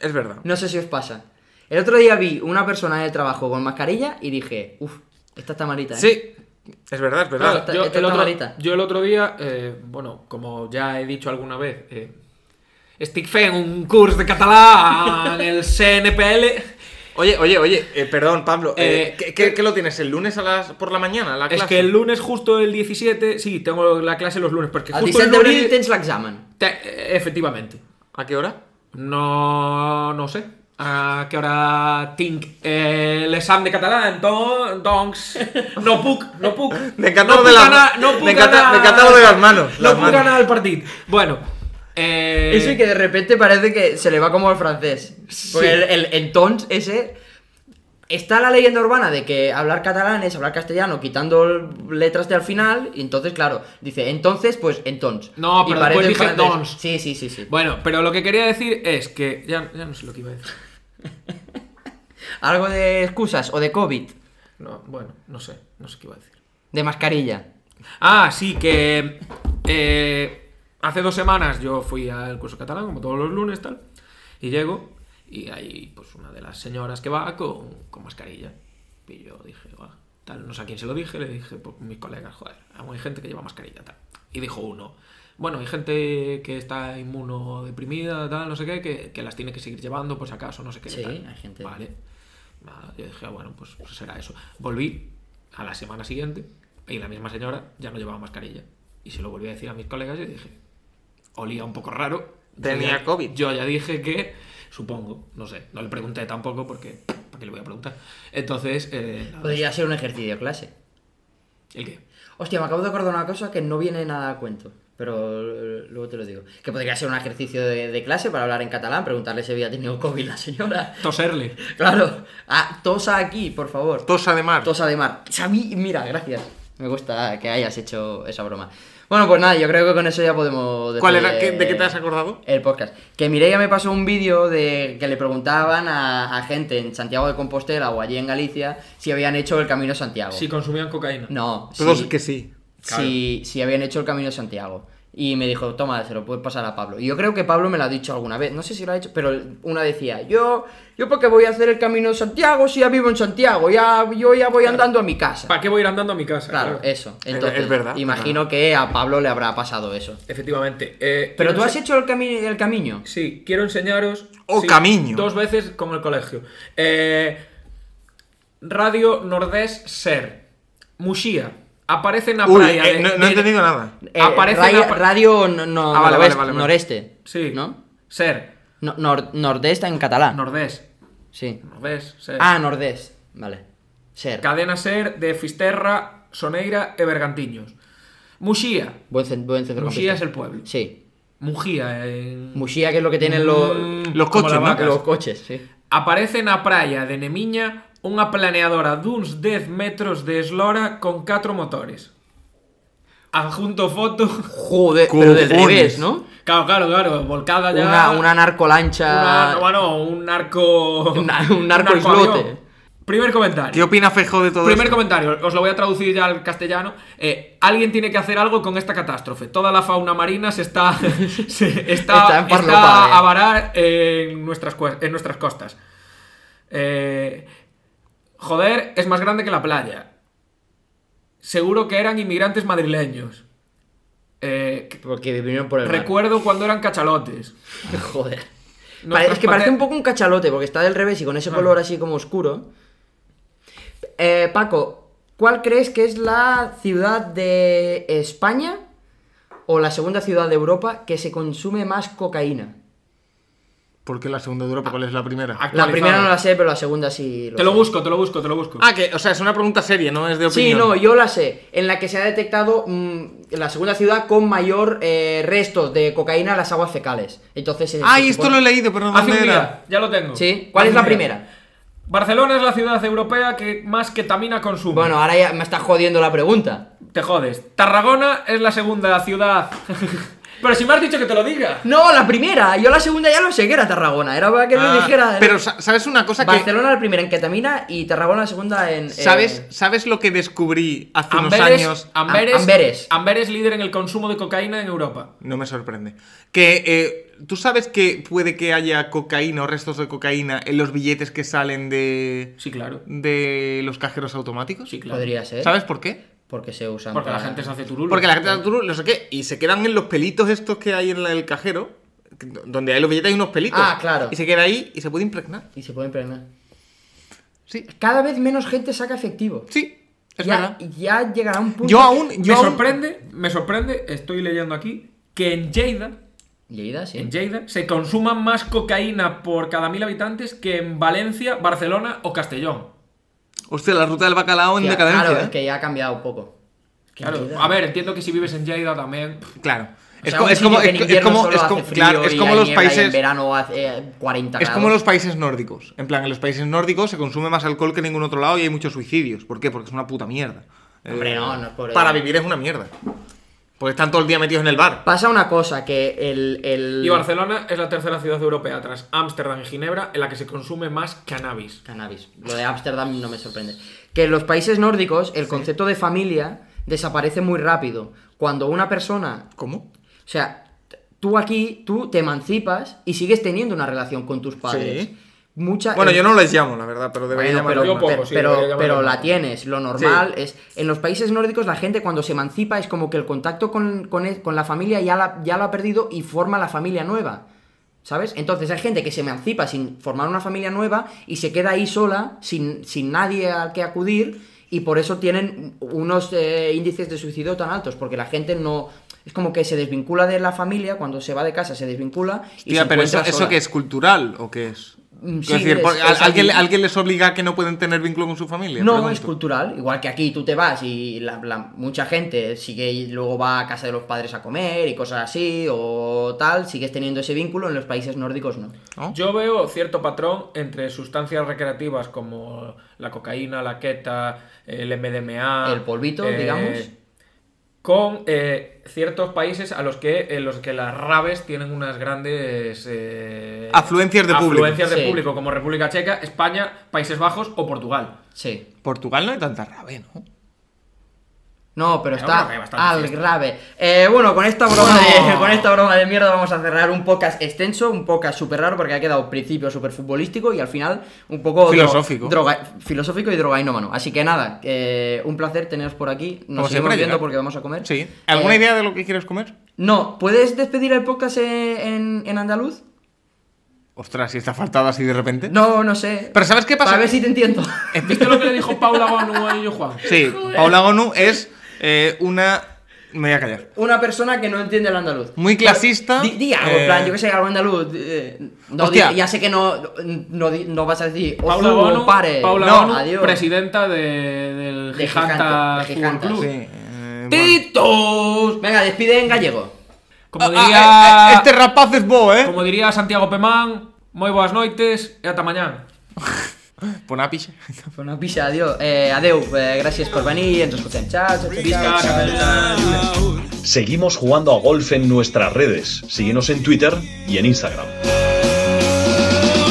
S3: Es verdad.
S2: No sé si os pasa. El otro día vi una persona en el trabajo con mascarilla y dije, uff, esta está malita. ¿eh".
S3: Sí, es verdad, es verdad.
S4: Claro,
S2: esta-
S4: yo,
S2: esta
S4: el
S2: está
S4: otro,
S2: malita.
S4: yo el otro día, eh, bueno, como ya he dicho alguna vez, eh, estic fent un curso de catalán en el CNPL.
S3: Oye, oye, oye, eh, perdón, Pablo. eh,
S4: Eh,
S3: ¿qué, qué- qué lo tienes? ¿El lunes a las por la mañana? La
S4: Es
S3: clase?
S4: que el lunes justo el 17, sí, tengo la clase los lunes, porque
S2: A
S4: justo el
S2: dissabte d'abril
S4: lunes...
S2: tens l'examen.
S4: te- eh, efectivamente.
S3: ¿A qué hora?
S4: No, no sé. A qué hora tinc eh, l'exam de català, entonces, no puc, no puc.
S3: De catar
S4: no
S3: de
S4: puc
S3: la-
S4: anar- no puc
S3: de catar-
S4: anar-
S3: de catar de las manos,
S4: No
S3: las
S4: puc
S3: manos.
S4: anar al partit. Bueno, eh,
S2: Eso y que de repente parece que se le va como al francés. Porque el, el entonces ese... Está la leyenda urbana de que hablar catalán es hablar castellano quitando l- letras de al final. Y entonces, claro, dice entonces, pues entonces.
S4: No,
S2: Y
S4: pero
S2: parece
S4: después dije
S2: francés.
S4: "dons".
S2: Sí, sí, sí, sí.
S4: Bueno, pero lo que quería decir es que. Ya, ya no sé lo que iba a decir.
S2: Algo de excusas o de COVID,
S4: No, bueno, no sé, no sé qué iba a decir.
S2: de mascarilla.
S4: Ah, sí, que. eh, hace dos semanas yo fui al curso catalán, como todos los lunes, tal. Y llego, y hay pues una de las señoras que va con, con mascarilla. Y yo dije, va, tal, no sé a quién se lo dije, le dije, pues mis colegas, joder, aún hay gente que lleva mascarilla, tal. Y dijo uno, bueno, hay gente que está inmunodeprimida, tal, no sé qué, que, que las tiene que seguir llevando, pues acaso, no sé qué.
S2: Sí,
S4: tal".
S2: hay gente.
S4: Vale. Nada, yo dije, "Ah, bueno, pues, pues será eso. Volví a la semana siguiente y la misma señora ya no llevaba mascarilla. Y se lo volví a decir a mis colegas y dije, olía un poco raro. Yo
S3: Tenía
S4: ya-
S3: COVID.
S4: Yo ya dije que, supongo, no sé, no le pregunté tampoco porque, ¿para qué le voy a preguntar? Entonces, eh, nada,
S2: Podría ser un ejercicio de clase.
S4: ¿el qué?
S2: Hostia, me acabo de acordar una cosa que no viene nada a cuento, pero eh, luego te lo digo. Que podría ser un ejercicio de, de clase para hablar en catalán, preguntarle si había tenido COVID la señora.
S4: Toserle.
S2: Claro, Ah, tosa aquí, por favor.
S3: Tosa de mar.
S2: Tosa de mar. Sabí, mira, gracias. Me gusta que hayas hecho esa broma. Bueno, pues nada, yo creo que con eso ya podemos...
S3: ¿Cuál
S2: despedir
S3: era? ¿Qué- de qué te has acordado?
S2: El podcast. Que Mireia me pasó un vídeo de que le preguntaban a, a gente en Santiago de Compostela o allí en Galicia si habían hecho el Camino de Santiago.
S4: Si consumían cocaína.
S2: No,
S3: Todos
S2: sí.
S3: que sí.
S2: si, si habían hecho el camino de Santiago. Y me dijo, toma, se lo puedes pasar a Pablo. Y yo creo que Pablo me lo ha dicho alguna vez, no sé si lo ha hecho, pero una decía, yo, yo porque voy a hacer el camino de Santiago si ya vivo en Santiago, ya, yo ya voy andando a mi casa.
S4: ¿Para qué voy a ir andando a mi casa?
S2: Claro, eh, eso.
S3: Es-
S2: Entonces,
S3: es verdad,
S2: imagino que a Pablo le habrá pasado eso.
S4: Efectivamente. eh,
S2: Pero
S4: quiero
S2: tú has
S4: ense-
S2: hecho el, cami el camino.
S4: Sí, quiero enseñaros.
S3: O Oh,
S4: sí,
S3: camiño.
S4: Dos veces con el colegio. Eh, Radio Nordés Ser. Muxía. Aparece en la
S3: Uy,
S4: playa.
S3: eh,
S4: de-
S3: no, no
S4: de-
S3: he entendido nada.
S2: Eh,
S4: Aparece
S2: radio,
S4: en la-
S2: radio no- no-
S3: Ah, vale,
S2: noroeste-
S3: vale, vale, vale.
S2: noreste.
S4: Sí.
S2: ¿No?
S4: Ser.
S2: No- nor- nordeste en catalán.
S4: Nordés.
S2: sí.
S4: Nordés. Ser.
S2: Ah, nordés. Vale. Ser.
S4: Cadena Ser de Fisterra, Soneira e Bergantiños. Muxía.
S2: Buen, cen- buen centrocampista.
S4: Muxía es el pueblo.
S2: Sí.
S4: Mujía. En...
S2: Muxía, que es lo que tienen los,
S4: Mm,
S3: los
S4: como
S3: coches,
S4: la
S3: ¿no?
S4: vaca.
S2: los coches, sí.
S4: Aparece na praia de Nemiña unha planeadora duns 10 metros de eslora con 4 motores. Adjunto foto.
S2: Joder, pero del
S3: Cojones.
S2: revés, ¿no?
S4: Claro, claro, claro, volcada ya.
S2: Una, una narcolancha.
S4: Una- bueno, un narco.
S2: Una- un narco
S4: narcoavión.
S2: islote.
S4: Primer comentario.
S3: ¿Qué opina Fejo de todo
S4: Primer
S3: esto?
S4: comentario, os lo voy a traducir ya al castellano. Eh, alguien tiene que hacer algo con esta catástrofe. Toda la fauna marina se está, se está,
S2: Está en parlopa,
S4: está
S2: eh.
S4: a varar en nuestras, cues- en nuestras costas. Eh, joder, es más grande que la playa. Seguro que eran inmigrantes madrileños. Eh, que-
S2: Porque vinieron por el. mar.
S4: recuerdo cuando eran cachalotes.
S2: Joder.
S4: No,
S2: Pare-
S4: pero
S2: es que
S4: ¿para
S2: parece
S4: qué?
S2: un poco un cachalote, porque está del revés y
S4: Ah.
S2: con ese color así como oscuro. Eh, Paco, ¿cuál crees que es la ciudad de España o la segunda ciudad de Europa que se consume más cocaína?
S3: ¿Por qué la segunda de Europa? ¿Cuál es la primera?
S4: Ah,
S2: La
S4: Actualizado.
S2: primera no la sé, pero la segunda sí.
S4: Te lo
S2: sé.
S4: busco, te lo busco, te lo busco.
S3: Ah, que, o sea, es una pregunta seria, no es de opinión.
S2: Sí, no, yo la sé. En la que se ha detectado mm, la segunda ciudad con mayor eh, restos de cocaína en las aguas fecales. Entonces. se-
S3: Ah,
S2: se
S3: y esto
S2: supone-
S3: lo he leído, pero
S4: Hace
S3: ¿dónde
S4: un
S3: era?
S4: día, ya lo tengo.
S2: Sí. ¿Cuál es
S4: Hace
S2: la
S4: un día.
S2: primera?
S4: Barcelona es la ciudad europea que más ketamina consume.
S2: Bueno, ahora ya me estás jodiendo la pregunta.
S4: Te jodes. Tarragona es la segunda ciudad. Pero si me has dicho que te lo diga.
S2: No, la primera. Yo la segunda ya lo sé que era Tarragona. Era para que
S3: Ah,
S2: lo dijera.
S3: pero sa- sabes una cosa que
S2: Barcelona la primera en ketamina y Tarragona la segunda en.
S3: sabes
S2: eh,
S3: sabes lo que descubrí hace unos años.
S4: Amberes,
S2: Am- Amberes.
S4: Amberes líder en el consumo de cocaína en Europa.
S3: No me sorprende. Que eh, tú sabes que puede que haya cocaína o restos de cocaína en los billetes que salen de
S4: Sí, claro.
S3: de los cajeros automáticos.
S4: Sí, claro.
S2: podría ser.
S3: ¿Sabes por qué?
S2: Porque se usan.
S4: Porque la
S2: para-
S4: gente se hace turulo.
S3: Porque la gente da turno, no sé qué, y se quedan en los pelitos estos que hay en la- el cajero, que- donde hay los billetes hay unos pelitos.
S2: Ah, claro.
S3: Y se queda ahí y se puede impregnar.
S2: Y se pueden impregnar.
S3: Sí,
S2: Cada vez menos gente saca efectivo.
S3: sí, es
S2: ya,
S3: verdad.
S2: ya llegará un punto.
S3: Yo aún,
S4: Me
S3: yo aún-
S4: sorprende, me sorprende, estoy leyendo aquí, que en Lleida,
S2: Lleida, sí.
S4: en Lleida se consuma más cocaína por cada mil habitantes que en Valencia, Barcelona o Castellón.
S3: Hostia, la ruta del bacalao en
S2: Ya,
S3: decadencia.
S2: Claro,
S3: ¿eh?
S2: es que ya ha cambiado un poco. Qué
S4: Claro.
S2: mierda.
S4: A ver, entiendo que si vives en Lleida también.
S3: Claro.
S2: O sea,
S3: co-
S2: un sitio que en
S3: co-
S2: invierno
S3: como-
S2: solo
S3: es
S2: hace
S3: como-
S2: frío
S3: claro, es
S2: y
S3: como
S2: hay
S3: los
S2: niebla y
S3: países.
S2: en verano hace eh, 40
S3: Es
S2: grados.
S3: como los países nórdicos. En plan, en los países nórdicos se consume más alcohol que en ningún otro lado y hay muchos suicidios. ¿Por qué? Porque es una puta mierda. Eh,
S2: Hombre, no, no es por-
S3: Para vivir es una mierda. Porque están todo el día metidos en el bar.
S2: Pasa una cosa, que el... el...
S4: Y Barcelona es la tercera ciudad europea tras Ámsterdam y Ginebra en la que se consume más cannabis.
S2: Cannabis. Lo de Ámsterdam no me sorprende. Que en los países nórdicos el concepto de familia desaparece muy rápido. Cuando una persona...
S3: ¿Cómo?
S2: O sea, t- tú aquí, tú te emancipas y sigues teniendo una relación con tus padres.
S3: Sí.
S2: Mucha,
S3: Bueno,
S2: en-
S3: yo no les llamo, la verdad, pero debería
S2: Ah, eh, Bueno,
S3: llamarlos
S2: pero,
S3: más.
S4: Yo
S2: pero,
S4: poco, sí,
S2: pero-
S4: debería llamarlo
S2: pero
S4: más.
S2: la tienes. Lo normal es. En los países nórdicos, la gente cuando se emancipa es como que el contacto con, con e- con la familia ya la, ya lo ha perdido y forma la familia nueva. ¿Sabes? Entonces hay gente que se emancipa sin formar una familia nueva y se queda ahí sola, sin, sin nadie al que acudir, y por eso tienen unos eh, índices de suicidio tan altos, porque la gente no. Es como que se desvincula de la familia, cuando se va de casa se desvincula. y
S3: Tía,
S2: se
S3: pero eso,
S2: encuentra
S3: eso
S2: sola.
S3: que es cultural o qué es?
S2: mm,
S3: Es
S2: sí,
S3: decir,
S2: es-
S3: porque
S2: es
S3: al- alguien,
S2: alguien-
S3: alguien les obliga a que no pueden tener vínculo con su familia.
S2: No,
S3: pregunto.
S2: es cultural. Igual que aquí tú te vas y la, la- mucha gente sigue y luego va a casa de los padres a comer y cosas así o tal, sigues teniendo ese vínculo, en los países nórdicos no.
S3: ¿No?
S4: Yo veo cierto patrón entre sustancias recreativas como la cocaína, la queta, el MDMA.
S2: El polvito, digamos.
S4: eh, Con eh, ciertos países a los que, en los que las raves tienen unas grandes. eh,
S3: Afluencias de público.
S4: afluencias de
S2: Sí.
S4: público, como República Checa, España, Países Bajos o Portugal.
S2: Sí.
S3: Portugal no hay tanta rabia, ¿no?
S2: Eh, No, pero
S4: Pero
S2: está
S4: bueno, que hay Eh, bastante
S2: al
S4: fiesta.
S2: grave. Eh, bueno, con esta, broma
S4: Bueno.
S2: de, con esta broma de mierda vamos a cerrar un podcast extenso, un podcast súper raro porque ha quedado principio súper futbolístico y al final un poco... dro-
S3: Filosófico.
S2: droga- filosófico y drogainómano. Así que nada, eh, un placer teneros por aquí. Nos
S3: Como siempre,
S2: seguimos viendo
S3: Gerard.
S2: porque vamos a comer.
S3: Sí. ¿Alguna
S2: Eh,
S3: idea de lo que quieres comer?
S2: No, ¿puedes despedir el podcast en, en- en andaluz?
S3: Ostras, si está faltado así de repente.
S2: No, no sé.
S3: Pero ¿sabes qué pasa?
S2: A ver si te entiendo.
S4: ¿Viste lo que le dijo Paula Bonu a Illo Juan?
S3: Sí, Paula Gonu es eh, una. Me voy a callar.
S2: Una persona que no entiende el andaluz.
S3: Muy clasista,
S2: Di, di algo, en
S3: eh,
S2: plan, yo que sé, algo andaluz. eh, no,
S3: Hostia.
S2: di- ya sé que no, no, di- no vas a decir.
S4: Paula
S2: "Ozu,
S4: Bonu,
S2: pare".
S4: Paula
S2: no,
S4: Bonu,
S2: adiós.
S4: presidenta de- del
S2: De Gijanta,
S4: Gijanta
S2: de Gijanta,
S4: Fútbol Club.
S3: Sí, eh, bueno.
S4: ¡Titos!
S2: Venga, despide en gallego.
S4: Como
S3: Ah, ah,
S4: diría,
S3: eh, eh, este rapaz es bo, ¿eh?
S4: como diría Santiago Pemán, muy buenas noites e ata mañán.
S3: Pon a picha.
S2: Fue una pisa, adiós. Eh, adeu, eh, gracias por venir. Ens escuchem. Chao, chao, chao,
S4: Visca,
S2: chao, chao.
S4: Cataluña, llunes.
S6: Oh,
S1: Seguimos jugando a golf en nuestras redes. Síguenos en Twitter y en Instagram.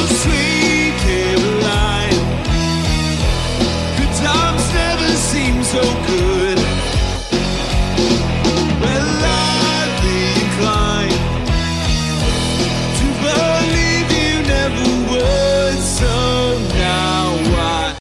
S6: Sweet Caroline, good times never seem so good.